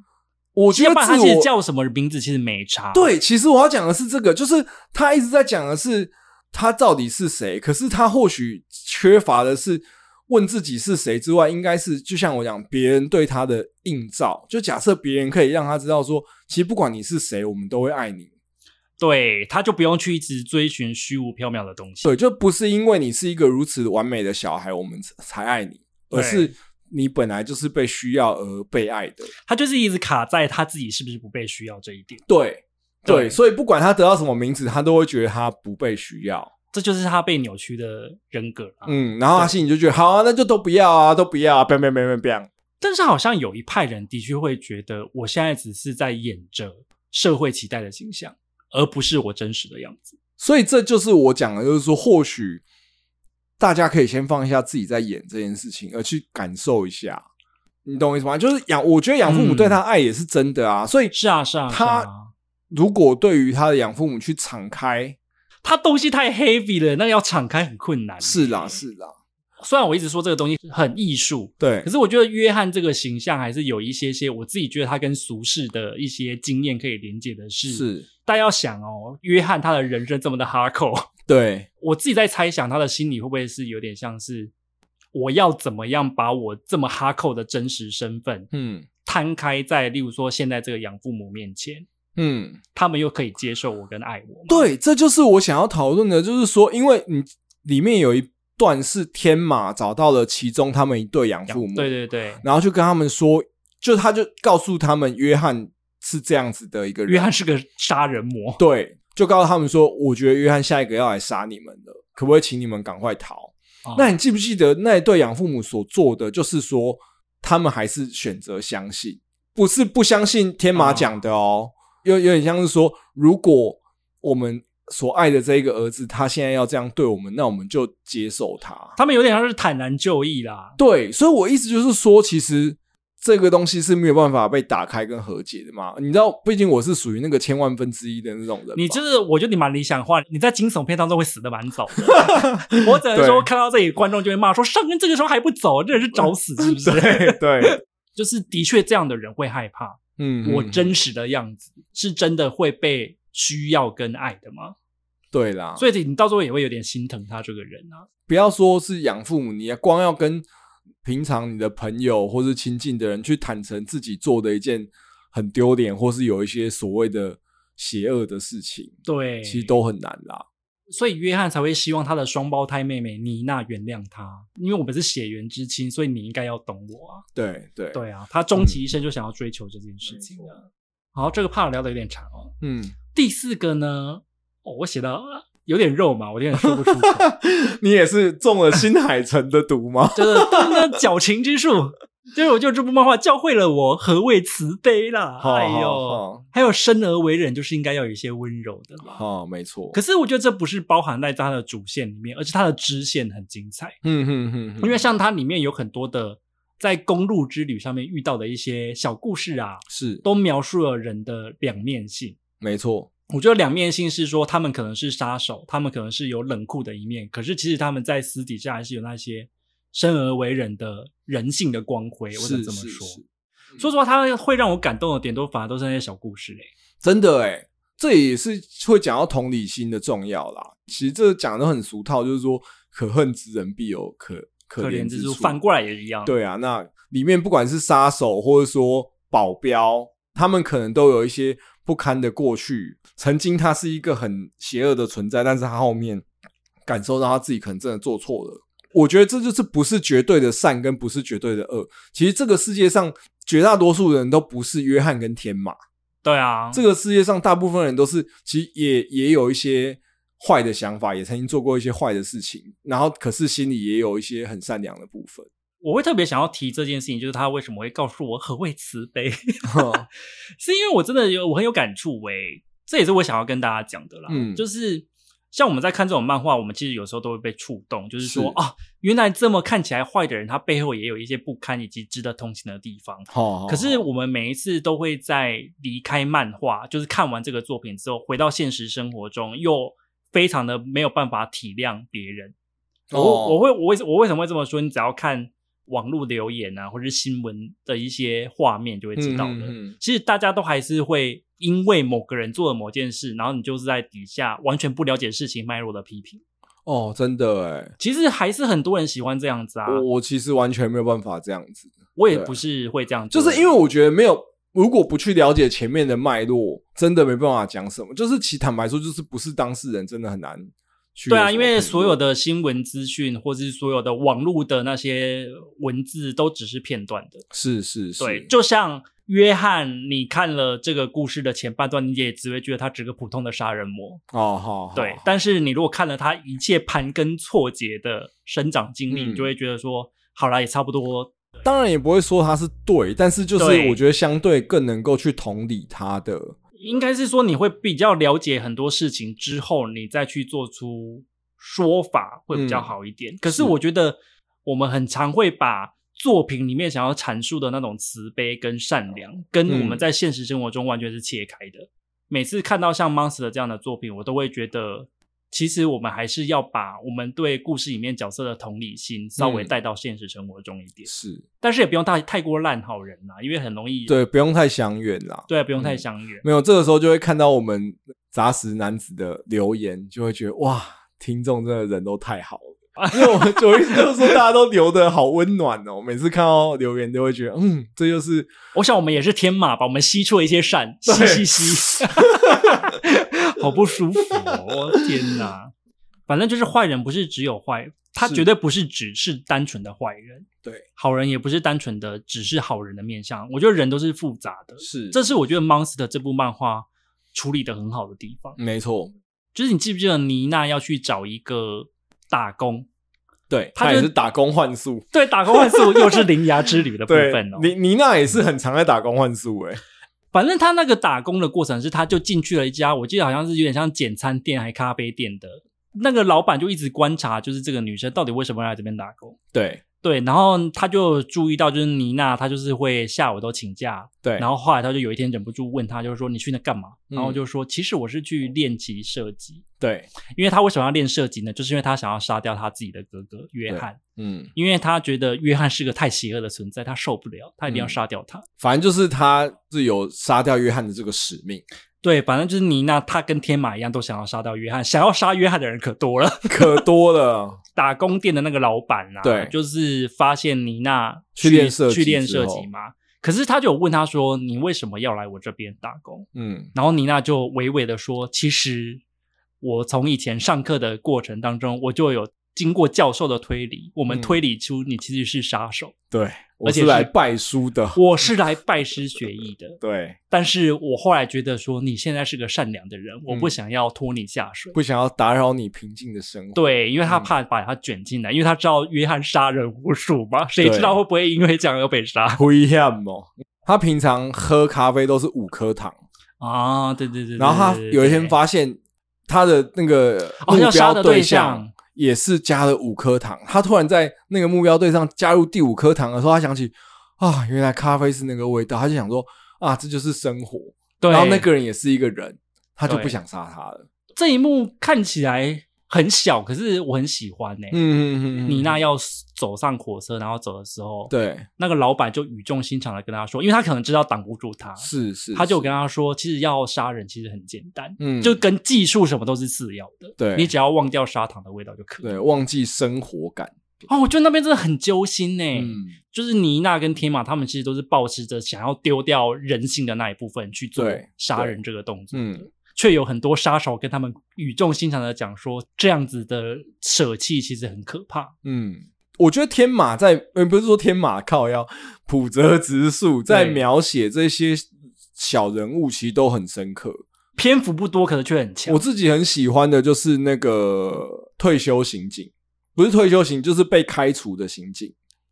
S2: 我觉
S1: 要
S2: 得
S1: 不然
S2: 自
S1: 他其实
S2: 我
S1: 叫什么名字其实没差。
S2: 对，其实我要讲的是这个，就是他一直在讲的是他到底是谁，可是他或许缺乏的是问自己是谁之外，应该是就像我讲，别人对他的映照。就假设别人可以让他知道说，其实不管你是谁，我们都会爱你。
S1: 对，他就不用去一直追寻虚无缥缈的东西。
S2: 对，就不是因为你是一个如此完美的小孩，我们才爱你，而
S1: 对
S2: 是你本来就是被需要而被爱的。
S1: 他就是一直卡在他自己是不是不被需要这一点，
S2: 对。
S1: 对
S2: 对，所以不管他得到什么名字，他都会觉得他不被需要。
S1: 这就是他被扭曲的人格啊。
S2: 嗯，然后他心里就觉得，好啊，那就都不要啊，都不要啊，不要不要不要不要。
S1: 但是好像有一派人的确会觉得，我现在只是在演着社会期待的形象，而不是我真实的样子。
S2: 所以这就是我讲的，就是说，或许大家可以先放下自己在演这件事情，而去感受一下，你懂我意思吗？就是养，我觉得养父母
S1: 嗯
S2: 对他爱也是真的啊，所以
S1: 是啊，是啊，是
S2: 他
S1: 啊
S2: 如果对于他的养父母去敞开，
S1: 他东西太 heavy 了，那要敞开很困难。
S2: 是啦，是啦，
S1: 虽然我一直说这个东西很艺术，
S2: 对
S1: 可，是我觉得约翰这个形象还是有一些些，我自己觉得他跟俗世的一些经验可以连接的是。，
S2: 是，
S1: 大家要想哦，约翰他的人生这么的哈扣，
S2: 对，
S1: <laughs> 我自己在猜想他的心理会不会是有点像是我要怎么样把我这么哈扣的真实身份
S2: 嗯
S1: 摊开在，例如说现在这个养父母面前，
S2: 嗯。
S1: 他们又可以接受我跟爱我吗。
S2: 对，这就是我想要讨论的，就是说，因为你里面有一段是天马找到了其中他们一对养父母，
S1: 对对对，
S2: 然后就跟他们说，就他就告诉他们约翰是这样子的一个人，
S1: 约翰是个杀人魔。
S2: 对，就告诉他们说，我觉得约翰下一个要来杀你们了，可不可以请你们赶快逃？
S1: 哦
S2: 那你记不记得那一对养父母所做的，就是说他们还是选择相信，不是不相信天马讲的哦，
S1: 啊
S2: 有有点像是说，如果我们所爱的这一个儿子，他现在要这样对我们，那我们就接受他。
S1: 他们有点像是坦然就义啦。
S2: 对，所以我意思就是说，其实这个东西是没有办法被打开跟和解的嘛。你知道，毕竟我是属于那个千万分之一的那种人嘛，
S1: 你就是，我觉得你蛮理想化，你在惊悚片当中会死的蛮早
S2: <laughs>
S1: 的。我只能说，
S2: 对
S1: 看到这里，观众就会骂说：“上根这个时候还不走，这人是找死是不是
S2: 对对，？”
S1: <laughs> 就是的确这样的人会害怕。
S2: 嗯
S1: 我
S2: 嗯
S1: 真实的样子是真的会被需要跟爱的吗？
S2: 对啦，
S1: 所以你到最后也会有点心疼他这个人啊。
S2: 不要说是养父母，你光要跟平常你的朋友或是亲近的人去坦诚自己做的一件很丢脸，或是有一些所谓的邪恶的事情，
S1: 对，
S2: 其实都很难啦。
S1: 所以约翰才会希望他的双胞胎妹妹妮娜原谅他，因为我们是血缘之亲，所以你应该要懂我啊。
S2: 对对，
S1: 对啊，他
S2: 嗯
S1: 终其一生就想要追求这件事情的。好，这个怕聊的有点长哦。
S2: 嗯， <laughs>
S1: 第四个呢，哦，我写到有点肉麻，我有点说不出口，
S2: 你也是中了新海诚的毒吗？ <laughs>
S1: 就是噔噔矫情之术。就是我觉得这部漫画教会了我何谓慈悲啦，
S2: 好
S1: 哎
S2: 好
S1: 呦
S2: 好，
S1: 还有生而为人就是应该要有一些温柔的啦。
S2: 哦，没错。
S1: 可是我觉得这不是包含在它的主线里面，而是它的支线很精彩。
S2: 嗯哼哼哼，
S1: 因为像它里面有很多的在公路之旅上面遇到的一些小故事啊，
S2: 是
S1: 都描述了人的两面性。
S2: 没错，
S1: 我觉得两面性是说他们可能是杀手，他们可能是有冷酷的一面，可是其实他们在私底下还是有那些生而为人的人性的光辉。我
S2: 是
S1: 能这么
S2: 是
S1: 说。
S2: 是嗯
S1: 说实话，他会让我感动的点都反而都是那些小故事嘞、
S2: 真的哎、这也是会讲到同理心的重要啦。其实这讲的很俗套，就是说可恨之人必有可
S1: 可
S2: 怜
S1: 怜之处。
S2: 处。
S1: 反过来也一样。
S2: 对啊，那里面不管是杀手或者说保镖，他们可能都有一些不堪的过去。曾经他是一个很邪恶的存在，但是他后面感受到他自己可能真的做错了。我觉得这就是不是绝对的善，跟不是绝对的恶。其实这个世界上绝大多数人都不是约翰跟天马，
S1: 对啊，
S2: 这个世界上大部分人都是，其实也也有一些坏的想法，也曾经做过一些坏的事情，然后可是心里也有一些很善良的部分。
S1: 我会特别想要提这件事情，就是他为什么会告诉我何谓慈悲，
S2: 哦
S1: <laughs> 是因为我真的有我很有感触诶、这也是我想要跟大家讲的啦。
S2: 嗯
S1: 就是像我们在看这种漫画，我们其实有时候都会被触动，就是说
S2: 是
S1: 啊，原来这么看起来坏的人，他背后也有一些不堪以及值得同情的地方。
S2: 好
S1: 可
S2: 哦
S1: 是我们每一次都会在离开漫画，就是看完这个作品之后，回到现实生活中，又非常的没有办法体谅别人。我、
S2: 哦
S1: 我会我为我为什么会这么说？你只要看网络留言啊，或者是新闻的一些画面，就会知道的。
S2: 嗯嗯嗯
S1: 其实大家都还是会因为某个人做了某件事，然后你就是在底下完全不了解事情脉络的批评。
S2: 哦，真的哎，
S1: 其实还是很多人喜欢这样子啊，
S2: 我
S1: 我
S2: 我其实完全没有办法这样子，
S1: 也
S2: 哦对啊
S1: 不是会这样做
S2: 就
S1: 的，
S2: 是因为我觉得没有，如果不去了解前面的脉络，真的没办法讲什么。就是其坦白说，就是不是当事人，真的很难去有
S1: 对
S2: 什么评论。
S1: 啊，因为所有的新闻资讯或是所有的网络的那些文字都只是片段的。
S2: 是是是，
S1: 对，就像约翰，你看了这个故事的前半段，你也只会觉得他只是个普通的杀人魔。
S2: 哦好，好
S1: 对，
S2: 好
S1: 但是你如果看了他一切盘根错节的生长经历，
S2: 嗯
S1: 你就会觉得说，好啦，也差不多。
S2: 当然也不会说他是对，但是就是
S1: 对
S2: 我觉得相对更能够去同理他的，
S1: 应该是说你会比较了解很多事情之后，你再去做出说法会
S2: 嗯
S1: 比较好一点。可是我觉得我们很常会把作品里面想要阐述的那种慈悲跟善良，跟
S2: 嗯
S1: 我们在现实生活中完全是切开的。每次看到像《Monster》这样的作品，我都会觉得，其实我们还是要把我们对故事里面角色的同理心稍微
S2: 嗯
S1: 带到现实生活中一点，
S2: 是
S1: 但是也不用太太过烂好人啦，啊因为很容易
S2: 对，不用太想远啦。
S1: 对，啊不用太
S2: 嗯
S1: 想远。
S2: 没有，这个时候就会看到我们杂食男子的留言，就会觉得哇，听众真的人都太
S1: <laughs>
S2: 好了。因为我们就会就是说大家都留的好温暖哦，每次看到留言都会觉得，嗯，这就是
S1: 我想我们也是天马吧，我们吸出了一些善，吸
S2: 对
S1: 吸
S2: <laughs>
S1: 吸，好不舒服哦！天哪，反正就是坏人不是只有坏，他
S2: 是
S1: 绝对不是只是单纯的坏人，
S2: 对，
S1: 好人也不是单纯的只是好人的面相。我觉得人都是复杂的，
S2: 是
S1: 这是我觉得《Monster》这部漫画处理的很好的地方。
S2: 没错，
S1: 就是你记不记得妮娜要去找一个打工？
S2: 对
S1: 他
S2: 他
S1: 就
S2: 也是打工换宿，
S1: 对，打工换宿又是铃芽之旅的部
S2: 对
S1: 分哦，。
S2: 妮妮娜也是很常在打工换宿、欸，
S1: 反正他那个打工的过程是，他就进去了一家，我记得好像是有点像简餐店还咖啡店的。那个老板就一直观察，就是这个女生到底为什么要来这边打工。
S2: 对
S1: 对，然后他就注意到，就是妮娜，她就是会下午都请假，
S2: 对，
S1: 然后后来他就有一天忍不住问她，就是说你去那干嘛？
S2: 嗯
S1: 然后就说其实我是去练习射击，
S2: 对，
S1: 因为他为什么要练射击呢？就是因为他想要杀掉他自己的哥哥约翰，
S2: 嗯，
S1: 因为他觉得约翰是个太邪恶的存在，他受不了，他一定
S2: 嗯
S1: 要杀掉他。
S2: 反正就是他是有杀掉约翰的这个使命，
S1: 对，反正就是妮娜，她跟天马一样，都想要杀掉约翰。想要杀约翰的人可多了。 <laughs>
S2: 可多了，
S1: 打工店的那个老板啊，
S2: 对
S1: 就是发现妮娜
S2: 去练射击
S1: 去练
S2: 之
S1: 射
S2: 后
S1: 击嘛。可是他就有问他说：“你为什么要来我这边打工？”
S2: 嗯，
S1: 然后妮娜就娓娓的说：“其实我从以前上课的过程当中，我就有经过教授的推理，我们
S2: 嗯
S1: 推理出你其实是杀手，
S2: 对，我
S1: 而且
S2: 是来
S1: 是
S2: 拜书的，
S1: 我是来拜师学艺的。”
S2: <laughs> 对，
S1: 但是我后来觉得说，你现在是个善良的人，我
S2: 嗯
S1: 不想要拖你下水。
S2: 不想要打扰你平静的生活。，
S1: 对，因为
S2: 嗯
S1: 他怕把他卷进来，因为他知道约翰杀人无数嘛，谁知道会不会因为这样而被杀 <laughs>
S2: 灰暗哦。他平常喝咖啡都是五颗糖，
S1: 啊？对对对对
S2: 然后他有一天，发现他的那个
S1: 哦
S2: 目
S1: 要杀的
S2: 标
S1: 对
S2: 对
S1: 象
S2: 象也是加了五颗糖。他突然在那个目标对象加入第五颗糖的时候，他想起啊，原来咖啡是那个味道，他就想说啊，这就是生活。
S1: 对对对
S2: 然后那
S1: 对
S2: 个人也是一个人，他就
S1: 对
S2: 不想杀他了。
S1: 这一幕看起来很小，可是我很喜欢呢、
S2: 嗯嗯嗯，
S1: 妮娜要走上火车，然后走的时候，
S2: 对，
S1: 那个老板就语重心长的跟他说，因为他可能知道挡不住他，
S2: 是是，
S1: 他就是跟他说，其实要杀人其实很简单，
S2: 嗯
S1: 就跟技术什么都是次要的，
S2: 对
S1: 你只要忘掉砂糖的味道就可以。
S2: 对忘记生活感。
S1: 哦，我觉得那边真的很揪心呢、欸
S2: 嗯，
S1: 就是妮娜跟天马他们其实都是抱持着想要丢掉人性的那一部分去做
S2: 对
S1: 杀
S2: 对
S1: 人这个动作，
S2: 嗯，
S1: 却有很多杀手跟他们语重心长的讲说，这样子的舍弃其实很可怕。
S2: 嗯，我觉得天马在，呃，不是说天马靠要普泽直树在
S1: 对
S2: 描写这些小人物，其实都很深刻。
S1: 篇幅不多，可是却很强
S2: 我。自己很喜欢的就是那个退休刑警，不是退休刑，就是被开除的刑警。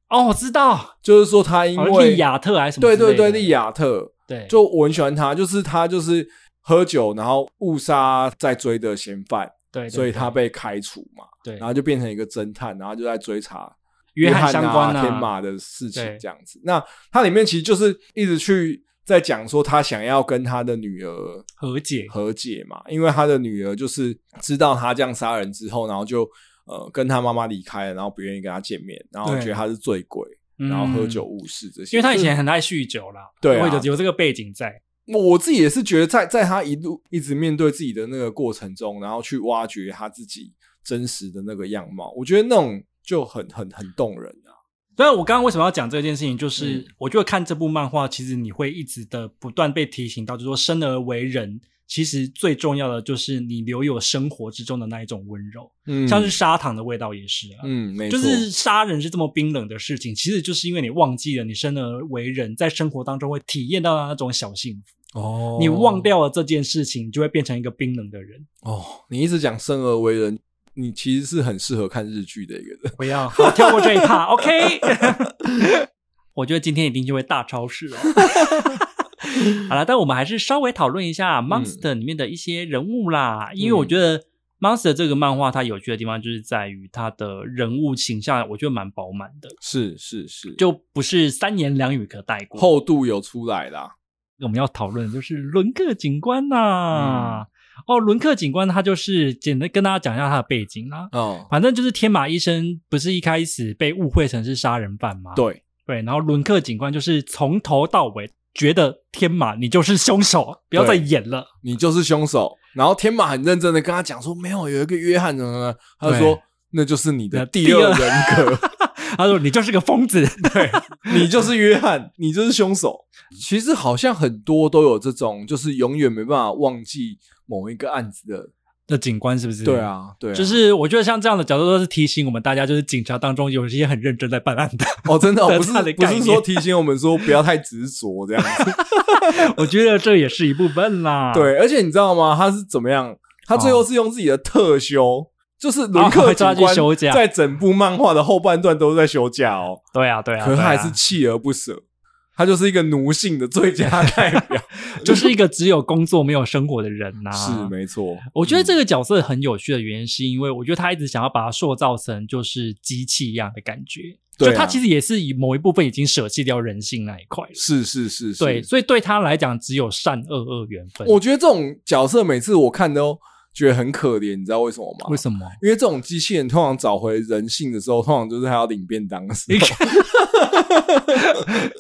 S1: 哦，我知道，
S2: 就是说他因
S1: 好像
S2: 为
S1: 利亚特还是什么
S2: 对
S1: 之类的？
S2: 对对，利亚特，
S1: 对，
S2: 就我很喜欢他，就是他就是喝酒然后误杀在追的嫌犯，
S1: 对对
S2: 所以他
S1: 对
S2: 被开除嘛，
S1: 对
S2: 然后就变成一个侦探，然后就在追查
S1: 约
S2: 翰
S1: 翰相关
S2: 啊、
S1: 啊
S2: 天马的事情
S1: 对
S2: 这样子。那它里面其实就是一直去在讲说他想要跟他的女儿
S1: 和解。
S2: 和解嘛，因为他的女儿就是知道他这样杀人之后，然后就呃跟他妈妈离开了，然后不愿意跟他见面，然后
S1: 对
S2: 觉得他是醉鬼，
S1: 嗯
S2: 然后喝酒误事这些。
S1: 因为他以
S2: 就是
S1: 前很爱酗酒啦，
S2: 对啊
S1: 会有有这个背景在。
S2: 我我自己也是觉得在，在他一路一直面对自己的那个过程中，然后去挖掘他自己真实的那个样貌，我觉得那种就很很很动人啊。
S1: 所以我刚刚为什么要讲这件事情，就是、
S2: 嗯
S1: 我觉得看这部漫画，其实你会一直的不断被提醒到，就是说生而为人，其实最重要的就是你留有生活之中的那一种温柔，
S2: 嗯
S1: 像是砂糖的味道也是啊。
S2: 嗯，没错，
S1: 就是杀人是这么冰冷的事情，其实就是因为你忘记了你生而为人，在生活当中会体验到那种小幸福。
S2: 哦
S1: 你忘掉了这件事情，你就会变成一个冰冷的人。
S2: 哦，你一直讲生而为人，你其实是很适合看日剧的一个人。
S1: 不要，好跳过这一趴，OK？我觉得今天一定就会大超市哦。 <laughs> 好了，但我们还是稍微讨论一下《Monster》里面的一些人物啦，因为我觉得《Monster》这个漫画它有趣的地方就是在于它的人物形象，我觉得蛮饱满的，
S2: 是是是，
S1: 就不是三言两语可带过。
S2: 厚度有出来啦。
S1: 我们要讨论的就是伦克警官呐、哦，伦克警官他就是简单跟大家讲一下他的背景啦、
S2: 哦，
S1: 反正就是天马医生不是一开始被误会成是杀人犯吗？
S2: 对，
S1: 对，然后伦克警官就是从头到尾觉得天马你就是凶手，不要再演了。
S2: 你就是凶手。然后天马很认真的跟他讲说，没有，有一个约翰怎么怎么样，他就
S1: 对
S2: 说那就是你的
S1: 那
S2: 第
S1: 第
S2: 二
S1: 二 <laughs>
S2: 人格，
S1: 他说你就是个疯子， <laughs> 对，
S2: 你就是约翰，你就是凶手。其实好像很多都有这种，就是永远没办法忘记某一个案子的。
S1: 那警官是不是？
S2: 对。啊，对啊，
S1: 就是我觉得像这样的角度都是提醒我们大家，就是警察当中有一些很认真在办案的。 <laughs>
S2: 哦，真的哦、
S1: 这
S2: 不是
S1: 他的
S2: 不
S1: 概
S2: 是
S1: 念
S2: 说提醒我们说不要太执着这样子。
S1: 我觉得这也是一部分啦。
S2: 对，而且你知道吗？他是怎么样？他最后是用自己的特休，就是
S1: 啊
S2: 伦克
S1: 还叫
S2: 警
S1: 哦他去
S2: 官
S1: 休假
S2: 在整部漫画的后半段都在休假哦。
S1: 对啊，对啊，
S2: 可是
S1: 对
S2: 他
S1: 啊
S2: 还是锲而不舍，他就是一个奴性的最佳代
S1: <laughs>
S2: 表。
S1: 就是一个只有工作没有生活的人呐、
S2: 是没错，
S1: 啊
S2: 嗯
S1: 我觉得这
S2: 个
S1: 个角色很有趣的原因，是因为我觉得他一直想要把它塑造成就是机器一样的感觉，
S2: 对啊
S1: 就他其实也是以某一部分已经舍弃掉人性那一块了。
S2: 是是是是，
S1: 对，所以对他来讲，只有善恶恶缘分。
S2: 我觉得这种角色每次我看都觉得很可怜，你知道为什么吗？
S1: 为什么？
S2: 因为这种机器人通常找回人性的时候，通常就是他要领便当的时
S1: 你
S2: 候，
S1: 看，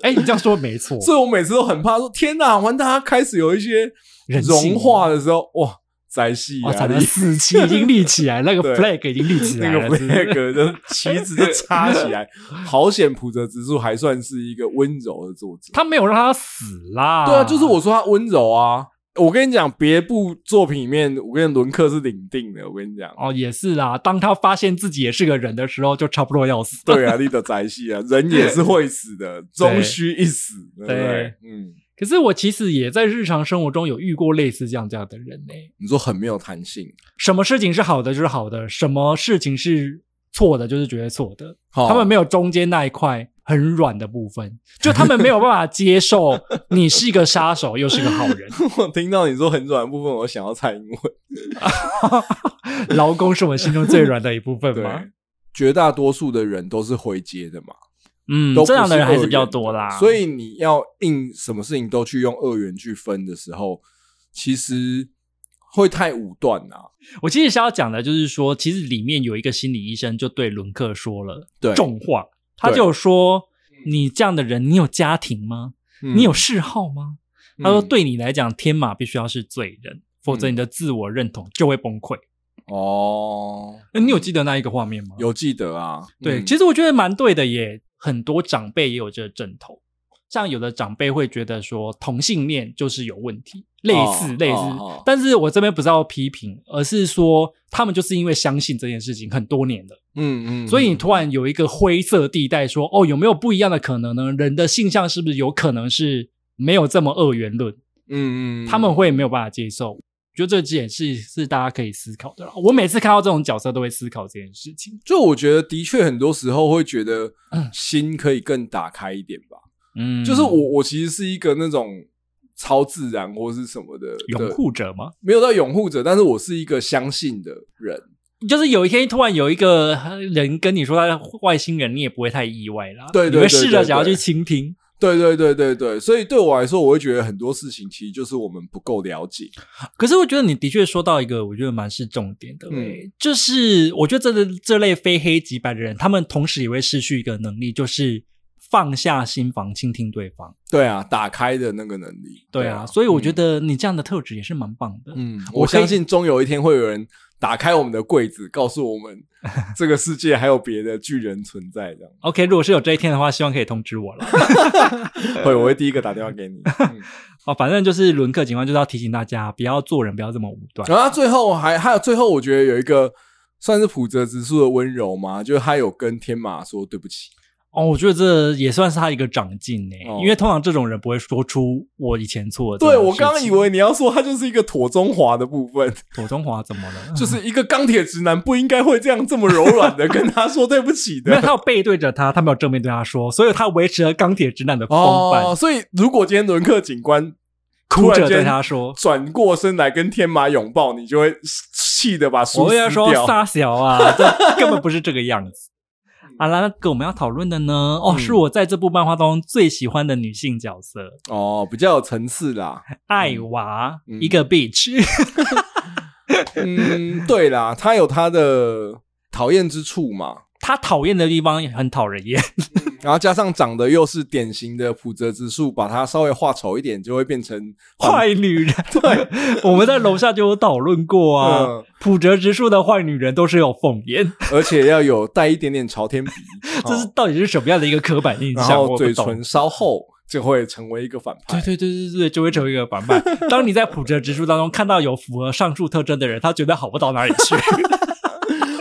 S1: 哎、你这样说没错，
S2: 所以我每次都很怕说：天哪，完蛋！他开始有一些
S1: 人性哦
S2: 融化的时候，哇，宅系
S1: 哇
S2: 啊，
S1: 塞，
S2: 你
S1: 那死期已经立起来，那个
S2: 对
S1: flag 已经立起来
S2: 那
S1: 了是不
S2: 个，
S1: 是
S2: flag 的旗子就插起
S1: <laughs>
S2: 来，好险！普泽直树还算是一个温柔的作者，
S1: 他没有让他死啦。
S2: 对啊，就是我说他温柔啊。我跟你讲，别部作品里面，我跟你伦克是领定的。我跟你讲，
S1: 哦，也是啦。当他发现自己也是个人的时候，就差不多要死。
S2: 对啊，你的宅系
S1: <laughs>
S2: 啊，人也是会死的，终须一死，对不对
S1: 对？
S2: 嗯，
S1: 可是我其实也在日常生活中有遇过类似这样这样的人呢、
S2: 你说很没有弹性，
S1: 什么事情是好的就是好的，什么事情是错的就是觉得错的。
S2: 好
S1: 他们没有中间那一块很软的部
S2: <laughs>
S1: 分，就他们没有办法接受你是一个杀手又是个好
S2: <laughs>
S1: 人。
S2: 我听到你说很软的部分，我想要蔡英文。
S1: 劳工是我们心中最软的一部分吗
S2: 对？，绝大多数的人都是回接的嘛，
S1: 嗯
S2: 都，不
S1: 这样的人还
S2: 是
S1: 是
S2: 二
S1: 比较
S2: 元
S1: 多
S2: 的
S1: 啦。
S2: 所以你要硬什么事情都去用二元去分的时候，其实会太武断啊。
S1: 我其实是要讲的，就是说，其实里面有一个心理医生就对伦克说了
S2: 对
S1: 重话，他
S2: 对
S1: 就说：“你这样的人，你有家庭吗？
S2: 嗯
S1: 你有嗜好吗？”他说：“
S2: 嗯
S1: 对你来讲，天马必须要是罪人，否则
S2: 嗯
S1: 你的自我认同就会崩溃。
S2: 哦，
S1: 呃你有记得那一个画面吗？，
S2: 有记得啊，
S1: 对，
S2: 嗯
S1: 其实我觉得蛮对的耶。很多长辈也有这个症头，像有的长辈会觉得说同性恋就是有问题，类似、
S2: 哦
S1: 类似。
S2: 哦哦
S1: 但是我这边不是要批评，而是说他们就是因为相信这件事情很多年了。
S2: 嗯嗯，
S1: 所以你突然有一个灰色地带说，哦，有没有不一样的可能呢？人的性向是不是有可能是没有这么二元论？
S2: 嗯嗯，嗯
S1: 他们会没有办法接受。觉得这也是是大家可以思考的啦。我每次看到这种角色，都会思考这件事情。
S2: 就我觉得的确很多时候会觉得
S1: 嗯
S2: 心可以更打开一点吧，
S1: 嗯，
S2: 就是我我其实是一个那种超自然或是什么的
S1: 拥
S2: 的
S1: 护者嘛，
S2: 没有到拥护者，但是我是一个相信的人。
S1: 就是有一天突然有一个人跟你说他是外星人，你也不会太意外啦。
S2: 对对对
S1: 你会试着想要
S2: 对
S1: 去
S2: 对
S1: 倾听
S2: 对对对对对，所以对我来说，我会觉得很多事情其实就是我们不够了解。
S1: 可是我觉得你的确说到一个，我觉得蛮是重点
S2: 嗯
S1: 的、欸，就是我觉得这这类非黑即白的人，他们同时也会失去一个能力，就是放下心房，倾听对方。
S2: 对啊，打开的那个能力。
S1: 对啊，所以我觉
S2: 嗯，
S1: 得你这样的特质也是蛮棒的。
S2: 嗯，
S1: 我
S2: 我
S1: 可以
S2: 相信终有一天会有人打开我们的柜子，告诉我们这个世界还有别的巨人存在。这样，
S1: OK，如果是有这一天的话，希望可以通知我
S2: <laughs>
S1: 了。
S2: 会，我会第一个打电话给 <laughs> 你。嗯
S1: 哦，反正就是伦克警官就是要提醒大家，不要做人，不要这么武断。
S2: 然后他最后还还有最后，我觉得有一个算是普泽直树的温柔嘛，就是他有跟天马说对不起。
S1: 哦，我觉得这也算是他一个长进呢、
S2: 哦
S1: 因为通常这种人不会说出我以前错的这
S2: 对
S1: 种事情。
S2: 我刚刚以为你要说他就是一个妥中华的部分，
S1: 左中华怎么了？
S2: 就是一个钢铁直男不应该会这样这么柔软的跟他说对不起
S1: <laughs> <laughs> 没有，
S2: 的。
S1: 他有背对着他，他没有正面对他说，所以他维持了钢铁直男的风范，
S2: 哦，所以如果今天伦克警官
S1: 哭着对
S2: 突然
S1: 他
S2: 间
S1: 说
S2: 转过身来跟天马拥抱，你就会气的把：“书
S1: 我
S2: 撕
S1: 跟他说
S2: 掉。
S1: 撒小啊，
S2: <laughs>
S1: 这根本不是这个样子。”好啦，那个我们要讨论的呢，哦，
S2: 嗯
S1: 是我在这部漫画中最喜欢的女性角色
S2: 哦，比较有层
S1: <laughs>
S2: 次啦。
S1: 艾娃，
S2: 嗯
S1: 一个 bitch。
S2: 嗯，对啦，他有他的讨厌之处嘛，
S1: 她讨厌的地方也很讨人厌，
S2: 然后加上长得又是典型的普泽之树，把它稍微画丑一点，就会变成
S1: 坏女
S2: <laughs>
S1: 人。对，我们在楼下就有讨论过啊
S2: 嗯，
S1: 普泽直树的坏女人都是有凤眼，
S2: 而且要有带一点点朝
S1: <laughs>
S2: 天鼻，
S1: 这是
S2: 哦
S1: 到底是什么样的一个刻板印
S2: 然
S1: 象？我
S2: 后
S1: 不
S2: 嘴
S1: 懂
S2: 唇稍厚就会成为一个反
S1: 对
S2: 派。
S1: 对对对对，就会成为一个反
S2: <laughs>
S1: 派。当你在普哲直树当中看到有符合上述特征的人，他绝对好不到哪里
S2: <laughs>
S1: 去，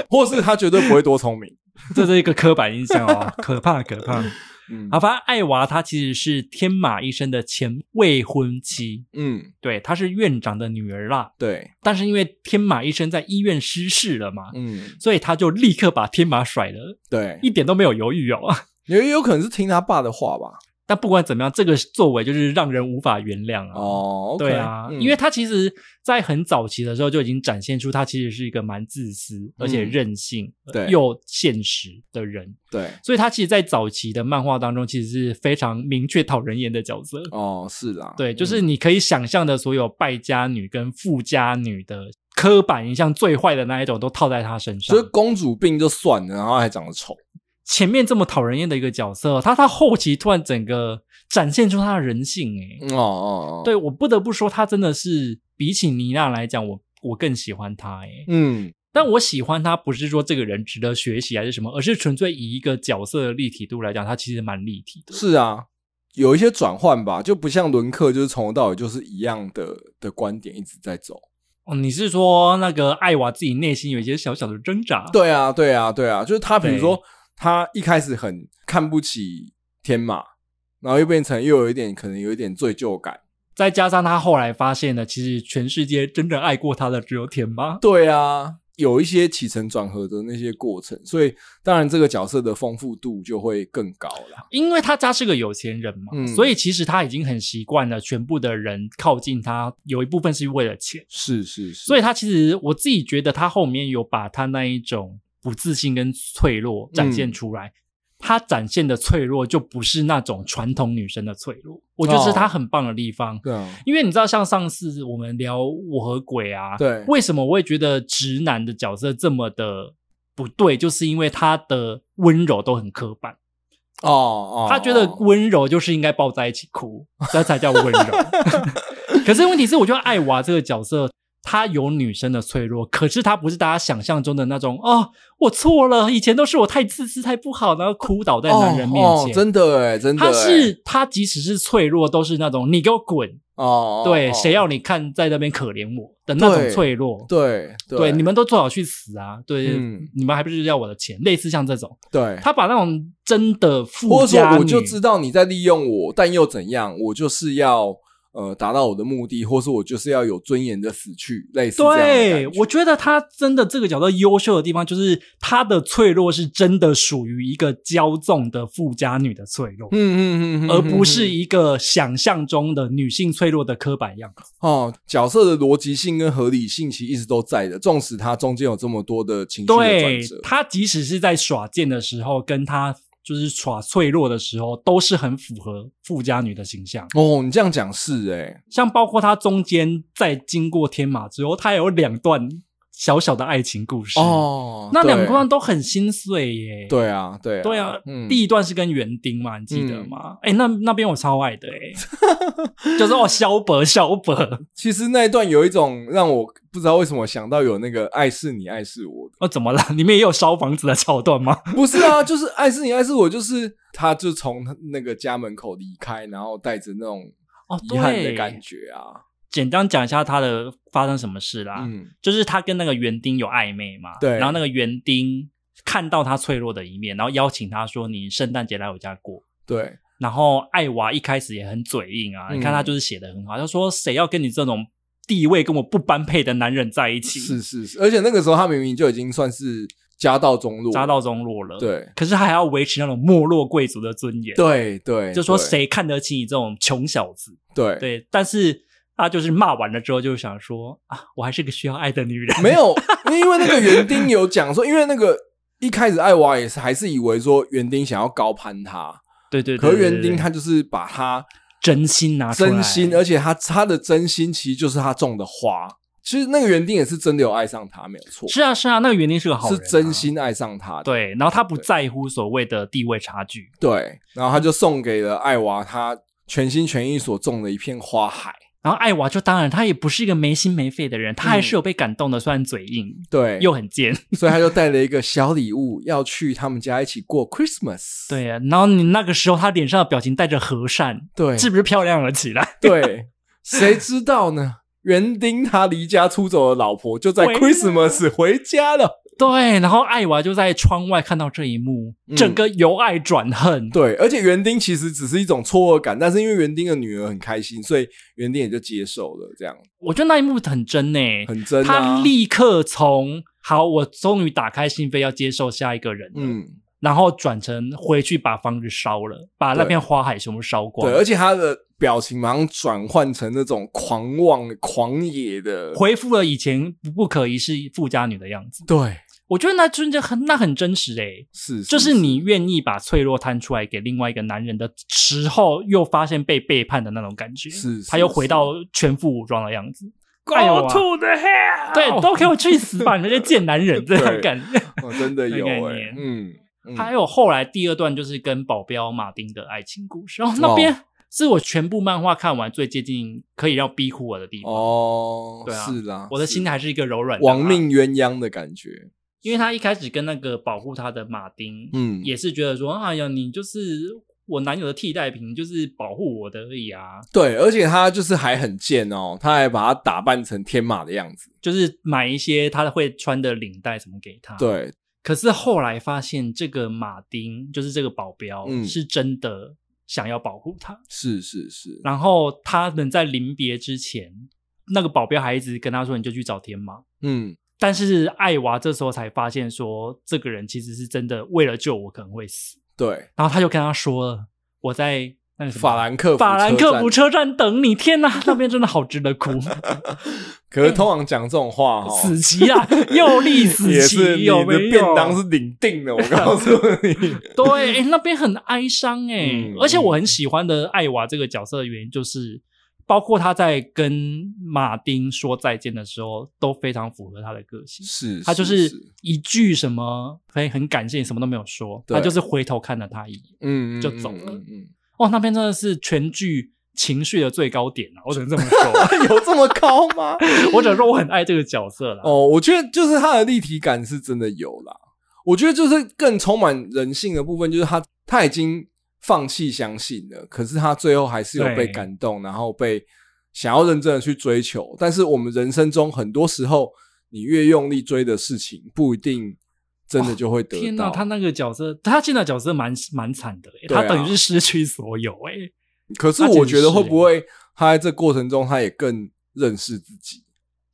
S2: 或是他绝对不会多聪明。
S1: 这是一个刻板印象哦，可怕可怕。
S2: 嗯
S1: 好，反正艾娃她其实是天马医生的前未婚妻，
S2: 嗯，
S1: 对，她是院长的女儿啦。 <laughs>
S2: 对，
S1: 但是因为天马医生在医院失事了嘛，
S2: 嗯，
S1: 所以他就立刻把天马甩了，
S2: 对，
S1: 一点都没有犹豫哦。 <laughs>
S2: 也有可能是听他爸的话吧。
S1: 但不管怎么样，这个作为就是让人无法原谅啊。
S2: 哦，
S1: 对啊，因为他其实，在很早期的时候就已经展现出他其实是一个蛮自私，而且任性，
S2: 嗯对
S1: 又现实的人。
S2: 对，
S1: 所以他其实，在早期的漫画当中，其实是非常明确讨人厌的角色。
S2: 哦，是啦，
S1: 对，就是
S2: 嗯
S1: 你可以想象的所有败家女跟富家女的刻板印象，最坏的那一种都套在他身上
S2: 所以。公主病就算了，然后还长得丑。
S1: 前面这么讨人厌的一个角色，他他后期突然整个展现出他的人性、欸，
S2: 哦哦哦，
S1: 对，我不得不说，他真的是比起妮娜来讲，我我更喜欢他诶、
S2: 嗯，
S1: 但我喜欢他不是说这个人值得学习还是什么，而是纯粹以一个角色的立体度来讲，他其实蛮立体的。
S2: 是啊，有一些转换吧，就不像伦克，就是从头到尾就是一样的的观点一直在走。
S1: 哦，你是说那个艾娃自己内心有一些小小的挣扎？，
S2: 对啊，对啊，对啊，就是他，比如
S1: 对
S2: 说他一开始很看不起天马，然后又变成又有一点可能有一点罪疚感。
S1: 再加上他后来发现呢，其实全世界真正爱过他的只有天妈。
S2: 对啊，有一些起承转合的那些过程，所以当然这个角色的丰富度就会更高啦。
S1: 因为他家是个有钱人嘛，
S2: 嗯
S1: 所以其实他已经很习惯了全部的人靠近他，有一部分是为了钱。
S2: 是是是，
S1: 所以他其实我自己觉得他后面有把他那一种不自信跟脆弱展现出来。
S2: 嗯
S1: 他展现的脆弱就不是那种传统女生的脆
S2: 哦
S1: 弱，我觉得是他很棒的地方。
S2: 对啊，
S1: 因为你知道，像上次我们聊我和鬼啊，
S2: 对
S1: 为什么我会觉得直男的角色这么的不对，就是因为他的温柔都很刻板。
S2: 哦哦，
S1: 他觉得温柔就是应该抱
S2: <laughs>
S1: 在一起哭，这才叫温柔。可是问题是，我觉得艾娃这个角色，她有女生的脆弱，可是她不是大家想象中的那种哦，我错了，以前都是我太自私太不好，然后哭倒在男人面前。
S2: 哦哦真的哎，真的
S1: 她
S2: 欸，
S1: 是她即使是脆弱，都是那种你给我滚，
S2: 哦，
S1: 对，
S2: 哦
S1: 谁要你看在那边可怜我的那种
S2: 对
S1: 脆弱。
S2: 对
S1: 对，你们都最好去死啊！对，
S2: 嗯
S1: 你们还不是要我的钱？类似像这种，
S2: 对，
S1: 他把那种真的富
S2: 或者
S1: 家女，
S2: 说我就知道你在利用我，但又怎样？我就是要呃达到我的目的，或是我就是要有尊严的死去，类似这样的
S1: 对
S2: 感，觉
S1: 我觉得他真的这个角色优秀的地方，就是他的脆弱是真的属于一个骄纵的富家女的脆弱，
S2: 嗯嗯嗯嗯嗯，
S1: 而不是
S2: 嗯
S1: 一个想象中的女性脆弱的刻板样子。
S2: 哦角色的逻辑性跟合理性其实一直都在的，纵使它中间有这么多的情绪的转
S1: 对
S2: 折，
S1: 他，即使是在耍贱的时候，跟他就是耍脆弱的时候，都是很符合富家女的形象。
S2: 哦，你这样讲是哎、
S1: 像包括他中间在经过天马之后，他有两段小小的爱情故事。
S2: 哦，
S1: 那两
S2: 对
S1: 段都很心碎耶。
S2: 对啊，对啊，
S1: 对啊，
S2: 嗯
S1: 第一段是跟园丁嘛，你记得吗？哎、那那边我超爱的哎、 <laughs> 就是哦，萧伯，萧伯，
S2: 其实那一段有一种让我不知道为什么想到有那个爱是你爱是我的，
S1: 哦，怎么了？ <laughs> 里面也有烧房子的桥段
S2: <laughs>
S1: 吗？
S2: 不是啊，就是爱是你爱是我，就是他就从他那个家门口离开，然后带着那种
S1: 哦，
S2: 遗憾的
S1: 对
S2: 感。觉啊，
S1: 简单讲一下他的发生什么事啦，
S2: 嗯，
S1: 就是他跟那个园丁有暧昧嘛，
S2: 对
S1: 然后那个园丁看到他脆弱的一面，然后邀请他说：“你圣诞节来我家过。”
S2: 对，
S1: 然后艾娃一开始也很嘴硬啊，
S2: 嗯
S1: 你看他就是写的很好，他说谁要跟你这种地位跟我不般配的男人在一起，
S2: 是是是，而且那个时候他明明就已经算是家道中落，
S1: 渣到中落了。，
S2: 对
S1: 可是他还要维持那种没落贵族的尊严，，
S2: 对对，
S1: 就说
S2: 对
S1: 谁看得起你这种穷小子？
S2: 对
S1: 对，但是他就是骂完了之后，就想说啊，我还是个需要爱的女人。
S2: 没有，因为那个园丁有讲说，因为那个一开始艾娃也是还是以为说园丁想要高攀他，
S1: <laughs> 对对对
S2: 可
S1: 对
S2: 是
S1: 对
S2: 园丁
S1: 对
S2: 他就是把他
S1: 真心拿出来，
S2: 真心，而且他他的真心其实就是他种的花。其实那个园丁也是真的有爱上他，没有错，
S1: 是啊是啊，那个园丁是个好
S2: 是
S1: 人、
S2: 真。心爱上他的。
S1: 对，然后他不在乎所谓的地位差距，
S2: 对，然后他就送给了艾娃他全心全意所种的一片花海。
S1: 然后艾娃就当然他也不是一个没心没肺的人，他还是有被感动的，虽然嘴硬
S2: 嗯对，
S1: 又很贱。
S2: 所以他就带了一个小礼物要去他们家一起过 Christmas。
S1: 对啊，然后你那个时候他脸上的表情带着和善，
S2: 对
S1: 是不是漂亮了起来？
S2: 对，谁知道呢？园丁他离家出走的老婆就在
S1: 回
S2: Christmas 回家了。
S1: 对，然后艾娃就在窗外看到这一幕，
S2: 嗯
S1: 整个由爱转恨。
S2: 对，而且园丁其实只是一种错愕感，但是因为园丁的女儿很开心，所以园丁也就接受了，这样
S1: 我觉得那一幕很真呢、
S2: 很真、啊。
S1: 他立刻从好，我终于打开心扉要接受下一个人了，
S2: 嗯，
S1: 然后转成回去把房子烧了，把那
S2: 对
S1: 片花海全部烧光
S2: 对，，而且他的表情马上转换成那种狂妄、狂野的，
S1: 恢复了以前不不可一世富家女的样子。
S2: 对，
S1: 我觉得那真的很那很真实诶、欸
S2: 是，
S1: 就是你愿意把脆弱摊出来给另外一个男人的时候，又发现被背叛的那种感觉，
S2: 是是
S1: 他又回到全副武装的样子。
S2: Go
S1: 哎呦啊
S2: to the hell，
S1: 对，都给我去死吧！你们这些贱男
S2: <laughs>
S1: 人，这种感觉。
S2: 哦真的有
S1: 那个
S2: 哎、
S1: 年
S2: 嗯，嗯
S1: 还有后来第二段就是跟保镖马丁的爱情故事，然
S2: 哦
S1: 后那边是我全部漫画看完最接近可以让逼哭我的地方。
S2: 哦，
S1: 对啊
S2: 是啦，
S1: 我的心
S2: 是
S1: 还是一个柔软的
S2: 亡
S1: 啊
S2: 命鸳鸯的感觉，
S1: 因为他一开始跟那个保护他的马丁，
S2: 嗯
S1: 也是觉得说，哎呀，你就是我男友的替代品，你就是保护我的而已啊。
S2: 对，而且他就是还很贱哦，他还把他打扮成天马的样子。
S1: 就是买一些他会穿的领带什么给他。，
S2: 对，
S1: 可是后来发现这个马丁就是这个保镖、
S2: 嗯
S1: 是真的想要保护他，
S2: 是是是，
S1: 然后他们在临别之前，那个保镖还一直跟他说：“你就去找天马。
S2: 嗯，”
S1: 但是艾娃这时候才发现说，这个人其实是真的为了救我可能会死，
S2: 对，
S1: 然后他就跟他说了：“我在那个什么
S2: 法兰克福
S1: 法兰克福
S2: 车
S1: 车
S2: 站，
S1: 站等你。”天
S2: <laughs>
S1: 哪，那边真的好值得哭。
S2: 可是通常讲这种话哦，
S1: 死棋啊，又立死
S2: <laughs> 也是
S1: 棋，
S2: 你
S1: 有
S2: 的
S1: 没有？
S2: 便当是领定的，我告诉你。
S1: <laughs> 对，欸那边很哀伤哎、
S2: 嗯
S1: 而且我很喜欢的艾娃这个角色的原因就是，包括她在跟马丁说再见的时候，都非常符合她的个性。
S2: 是，
S1: 她就是是一句什么很很感谢你，什么都没有说，
S2: 对
S1: 她就是回头看了他一眼。
S2: 嗯，嗯
S1: 就走了
S2: 嗯嗯，
S1: 哦，那边真的是全剧情绪的最高点啊，我只能这么
S2: <laughs>
S1: 说。
S2: 嗯有这么高吗？ <laughs>
S1: <laughs> 我只能说我很爱这个角色啦。
S2: 哦，我觉得就是它的立体感是真的有啦。我觉得就是更充满人性的部分，就是他他已经放弃相信了，可是他最后还是有被
S1: 对
S2: 感动，然后被想要认真的去追求。但是我们人生中很多时候，你越用力追的事情，不一定真的就会得
S1: 天
S2: 到。
S1: 他那个角色，他现在角色蛮蛮惨的、欸，
S2: 对啊
S1: 他等于是失去所有、欸，
S2: 可是
S1: 他简
S2: 我
S1: 直
S2: 觉得会
S1: 是
S2: 不会他在这过程中，他也更认识自己？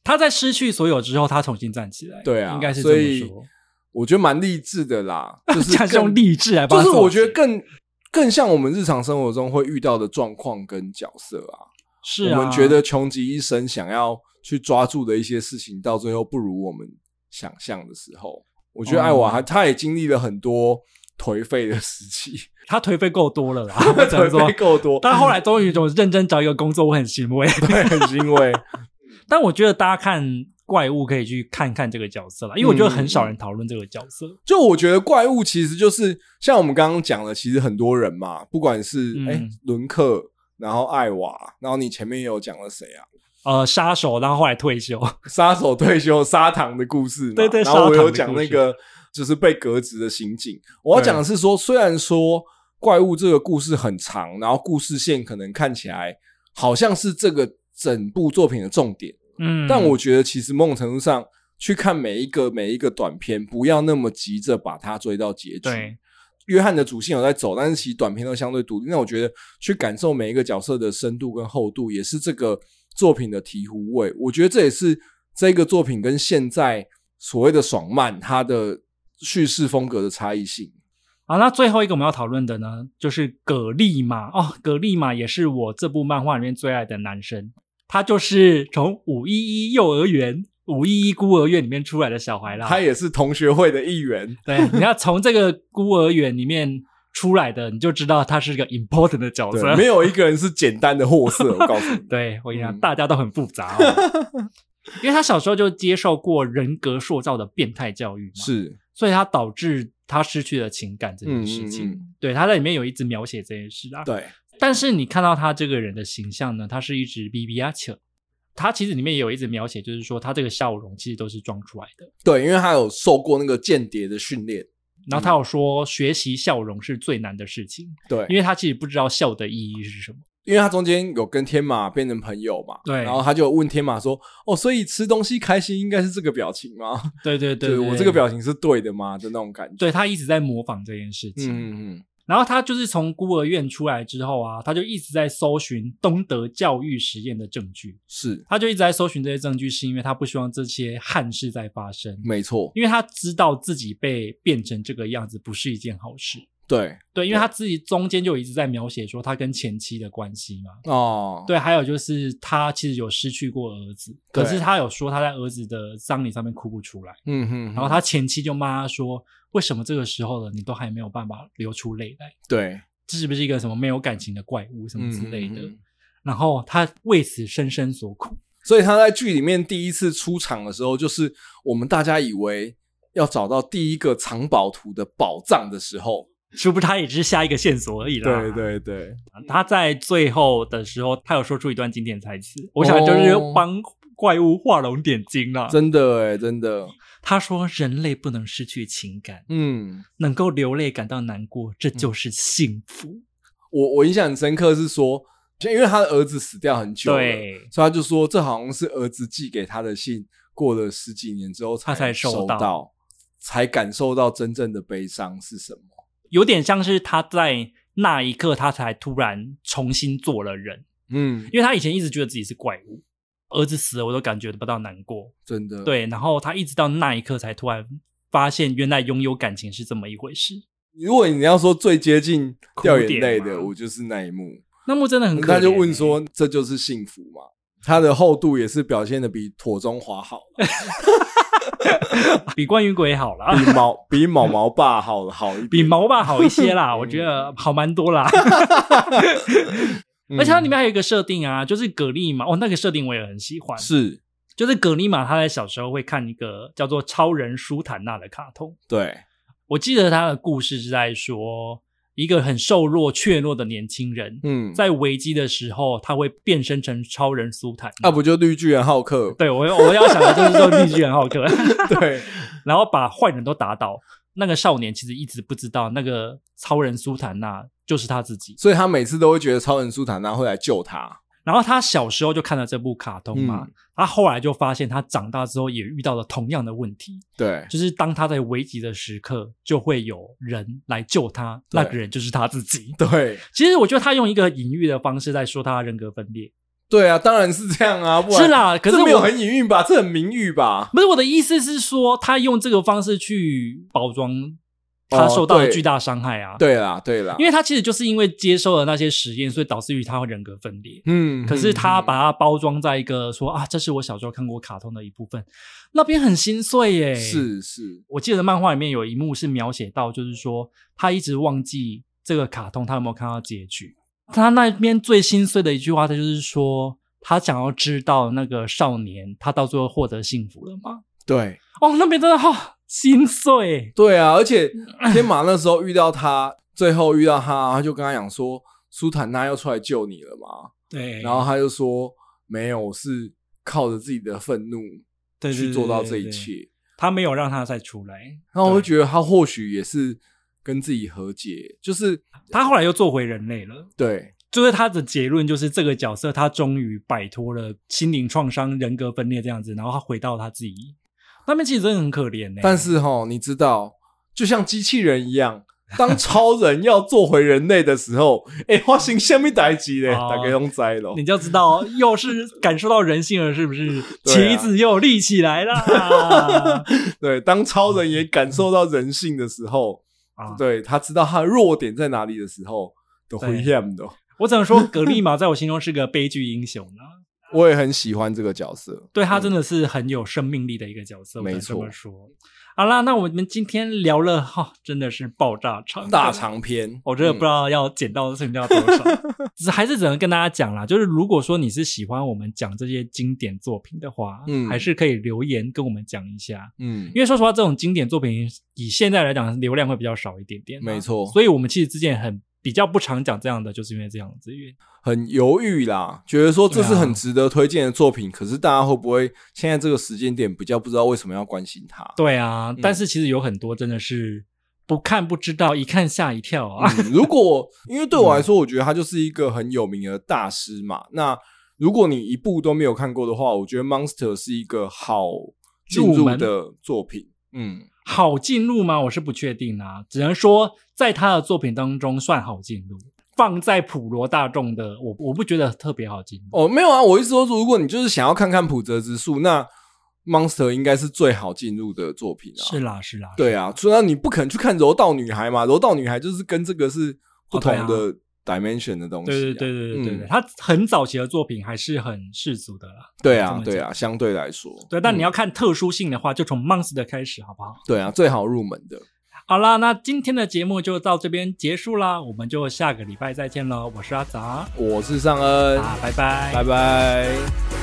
S1: 他在失去所有之后，他重新站起来，
S2: 对啊，
S1: 应该是这
S2: 所
S1: 么
S2: 以
S1: 说。
S2: 我觉得蛮励志的啦，就是
S1: <laughs> 这样是
S2: 更
S1: 用励志来把
S2: 就
S1: 它
S2: 是
S1: 做
S2: 我觉得
S1: 起
S2: 更更像我们日常生活中会遇到的状况跟角色啊。
S1: 是啊，
S2: 我们觉得穷极一生想要去抓住的一些事情，到最后不如我们想象的时候，我觉得艾娃
S1: 哦
S2: 她她也经历了很多颓废的时期，
S1: 他颓废够多
S2: <laughs>
S1: 了啦，啊我只能
S2: 颓
S1: 说
S2: 废。够多，
S1: 但后来终于有认真找一个工作，我很欣慰。 <laughs>
S2: 对很欣慰。
S1: 但我觉得大家看怪物可以去看看这个角色啦，因为我觉得很
S2: 嗯
S1: 少人讨论这个角色。
S2: 就我觉得怪物其实就是像我们刚刚讲的，其实很多人嘛，不管是
S1: 嗯
S2: 哎伦、克，然后艾娃，然后你前面也有讲了谁啊？
S1: 呃，杀手，然后后来退休，
S2: 杀手退休砂糖的故事嘛，
S1: 对对
S2: 然后我有
S1: 砂
S2: 讲
S1: 糖的
S2: 那
S1: 故事
S2: 个就是被革职的刑警。我要讲的是说，虽然说怪物这个故事很长，然后故事线可能看起来好像是这个整部作品的重点，
S1: 嗯，
S2: 但我觉得其实某种程度上去看每一个每一个短片，不要那么急着把它追到结局
S1: 对。
S2: 约翰的主线有在走，但是其实短片都相对独立。那我觉得去感受每一个角色的深度跟厚度，也是这个作品的醍醐味。我觉得这也是这个作品跟现在所谓的爽漫它的叙事风格的差异性。
S1: 好，那最后一个我们要讨论的呢，就是葛利马哦，葛利马也是我这部漫画里面最爱的男生，他就是从五一一幼儿园、五一一孤儿院里面出来的小孩啦。
S2: 他也是同学会的一
S1: <laughs>
S2: 员，
S1: 对，你要从这个孤儿院里面出来的，你就知道他是个 important 的角色
S2: 对，。没有一个人是简单的货色。我告诉你，
S1: 啊 <laughs> 对我跟你讲，
S2: 嗯
S1: 大家都很复杂、哦，
S2: <laughs>
S1: 因为他小时候就接受过人格塑造的变态教育嘛，，
S2: 是
S1: 所以他导致他失去了情感这件事情。
S2: 嗯嗯嗯
S1: 对，他在里面有一直描写这件事啊。
S2: 对，
S1: 但是你看到他这个人的形象呢，他是一只 B B 阿球，他其实里面也有一直描写，就是说他这个笑容其实都是装出来的。
S2: 对，因为他有受过那个间谍的训练，
S1: 然后他有说，学习笑容是最难的事情，
S2: 对，
S1: 因为他其实不知道笑的意义是什么。
S2: 因为他中间有跟天马变成朋友嘛，
S1: 对
S2: 然后他就问天马说：“哦，所以吃东西开心应该是这个表情吗？
S1: 对对对
S2: 就是我这个，表情是对的吗？”的那种感觉。
S1: 对他一直在模仿这件事情。
S2: 嗯，嗯嗯，
S1: 然后他就是从孤儿院出来之后啊，他就一直在搜寻东德教育实验的证据。
S2: 是
S1: 他就一直在搜寻这些证据，是因为他不希望这些憾事再发生，
S2: 没错，
S1: 因为他知道自己被变成这个样子不是一件好事。
S2: 对
S1: 对，因为他自己中间就一直在描写说他跟前妻的关系嘛。
S2: 哦，
S1: 对，还有就是他其实有失去过儿子，
S2: 对
S1: 可是他有说他在儿子的丧礼上面哭不出来，
S2: 嗯，嗯嗯，
S1: 然后他前妻就骂他说：“为什么这个时候了，你都还没有办法流出泪来？
S2: 对
S1: 这是不是一个什么没有感情的怪物什么之类的？”
S2: 嗯嗯嗯
S1: 然后他为此深深所苦。 <laughs>
S2: 所以他在剧里面第一次出场的时候，就是我们大家以为要找到第一个藏宝图的宝藏的时候，
S1: 殊不知他也只是下一个线索而已啦。
S2: 对，对对，
S1: 他在最后的时候，他有说出一段经典台词，我想就是
S2: 哦
S1: 帮怪物画龙点睛啦。
S2: 真的哎，真的，
S1: 他说：“人类不能失去情感，
S2: 嗯，
S1: 能够流泪感到难过，这就是幸福。
S2: 我我印象很深刻是说，就因为他的儿子死掉很久了，
S1: 对
S2: 所以他就说这好像是儿子寄给他的信，过了十几年之后
S1: 他才收
S2: 收
S1: 到
S2: 才感受到真正的悲伤是什么。
S1: 有点像是他在那一刻，他才突然重新做了人，
S2: 嗯，
S1: 因为他以前一直觉得自己是怪物。儿子死了，我都感觉不到难过。
S2: 真的，
S1: 对，然后他一直到那一刻才突然发现，原来拥有感情是这么一回事。
S2: 如果你要说最接近掉眼泪
S1: 哭点
S2: 的，
S1: 嘛
S2: 我就是那一幕，
S1: 那幕真的很可怜、欸
S2: 他就问说：“这就是幸福吗？”他的厚度也是表现的比妥中华好，
S1: 比关于鬼好
S2: <laughs>
S1: 啦，
S2: 比毛比毛毛爸好好
S1: 啊 <laughs>
S2: 一点，
S1: 比毛爸好一些啦，
S2: <laughs> 嗯
S1: 我觉得好蛮多
S2: <laughs>
S1: 啦。
S2: 嗯，
S1: 而且它里面还有一个设定啊，就是蛤蜊嘛，哦，那个设定我也很喜欢，
S2: 是
S1: 就是蛤蜊嘛，他在小时候会看一个叫做《超人舒坦纳》的卡通，
S2: 对，
S1: 我记得他的故事是在说。一个很瘦弱、怯弱的年轻人，
S2: 嗯，
S1: 在危机的时候，他会变身成超人苏坦。
S2: 那、啊不就绿巨人浩克？
S1: 对我我要想的就是说绿巨人浩克，
S2: <laughs> 对，
S1: <laughs> 然后把坏人都打倒。那个少年其实一直不知道，那个超人苏坦纳就是他自己。
S2: 所以他每次都会觉得超人苏坦纳会来救他。
S1: 然后他小时候就看了这部卡通嘛，
S2: 嗯
S1: 他后来就发现他长大之后也遇到了同样的问题，
S2: 对，
S1: 就是当他在危急的时刻，就会有人来救他，
S2: 对
S1: 那个人就是他自己。
S2: <laughs> 对，
S1: 其实我觉得他用一个隐喻的方式在说他的人格分裂，
S2: 对啊，当然是这样啊，不然
S1: 是啦可是
S2: 这没有
S1: 我
S2: 很隐喻吧？这很明喻吧？
S1: 不是我的意思是说他用这个方式去包装他受到
S2: 哦
S1: 的
S2: 对
S1: 巨大伤害啊，
S2: 对啦，对啦，
S1: 因
S2: 为
S1: 为他其实就是因为接受了那些实验，所以导致于他会人格分裂。
S2: 嗯
S1: 可是他
S2: 嗯
S1: 把它包装在一个说啊，这是我小时候看过卡通的一部分，那边很心碎耶。
S2: 是是，
S1: 我记得漫画里面有一幕是描写到，就是说他一直忘记这个卡通，他有没有看到结局。他那边最心碎的一句话，他就是说他想要知道那个少年，他到最后获得幸福了吗？
S2: 对
S1: 哦，那边真的好、心碎。
S2: 对啊，而
S1: <laughs>
S2: 且天马那时候遇到他，最后遇到他，他就跟他讲说，苏坦纳要出来救你了嘛，
S1: 对
S2: 然后他就说没有，我是靠着自己的愤怒
S1: 对
S2: 去做到这一，
S1: 对对对对
S2: 切。
S1: 他没有让他再出来。
S2: 然后我就
S1: 对
S2: 觉得他或许也是跟自己和解，就是
S1: 他后来又做回人类了。
S2: 对
S1: 就是他的结论就是这个角色他终于摆脱了心灵创伤、人格分裂这样子，然后他回到他自己那边，其实真的很可怜呢、欸
S2: 但是哈，你知道，就像机器人一样， <laughs> 当超人要做回人类的时
S1: <laughs>
S2: 候，哎、欸，发生什么代志嘞？
S1: 哦
S2: 大家都栽了
S1: 你。就知道，又是感受到人性了，是不是？
S2: <laughs> 对
S1: 旗
S2: 啊
S1: 子又立起来啦！
S2: <laughs> 对，当超人也感受到人性的时
S1: <laughs>
S2: 候，
S1: 啊，
S2: 对他知道他的弱点在哪里的时候，都会
S1: 对
S2: 厌的。
S1: 我只能说，格力玛在我心中是个悲剧英雄
S2: <laughs>
S1: 啊。
S2: 我也很喜欢这个角色。
S1: 对他真的是很有生命力的一个角色，我
S2: 没
S1: 敢
S2: 错
S1: 这么说。好啦，那我们今天聊了哈、真的是爆炸场，
S2: 大长篇，
S1: 我真的不知道要剪到剩下多
S2: <laughs>
S1: 少，只是还是只能跟大家讲啦。就是如果说你是喜欢我们讲这些经典作品的话，
S2: 嗯
S1: 还是可以留言跟我们讲一下。
S2: 嗯，嗯，
S1: 因为说实话，这种经典作品以现在来讲，流量会比较少一点点啊、
S2: 没错
S1: 所以我们其实之前很比较不常讲这样的，就是因为这样子，因为
S2: 很犹豫啦，觉得说这是
S1: 对啊
S2: 很值得推荐的作品，可是大家会不会现在这个时间点比较不知道为什么要关心它？
S1: 对啊。
S2: 嗯
S1: 但是其实有很多真的是不看不知道，一看吓一跳啊。嗯
S2: 嗯，如果因为对我来说，我觉得他就是一个很有名的大师嘛。那如果你一部都没有看过的话，我觉得《Monster》是一个好进入
S1: 入门
S2: 的作品。嗯，
S1: 好进入吗？我是不确定啊，只能说在他的作品当中算好进入，放在普罗大众的我我不觉得特别好进入。
S2: 哦，没有啊，我意思说，如果你就是想要看看普泽直树，那《Monster》应该是最好进入的作品啊。
S1: 是啦是啦，
S2: 对
S1: 啊，
S2: 啊，虽然你不肯去看《柔道女孩》嘛，《柔道女孩》就是跟这个是不同
S1: 哦对
S2: 的 dimension 的东西、啊
S1: 对对对对对对对，
S2: 嗯
S1: 他很早期的作品还是很世俗的啦。
S2: 对啊，
S1: 这么讲
S2: 对啊，相对来说，
S1: 对，但
S2: 嗯
S1: 你要看特殊性的话，就从 Monster 开始，好不好？
S2: 对啊，最好入门的。
S1: 好啦，
S2: 嗯
S1: 那今天的节目就到这边结束啦，我们就下个礼拜再见喽。我是阿杂，
S2: 我是尚恩，
S1: 啊，拜拜，
S2: 拜拜。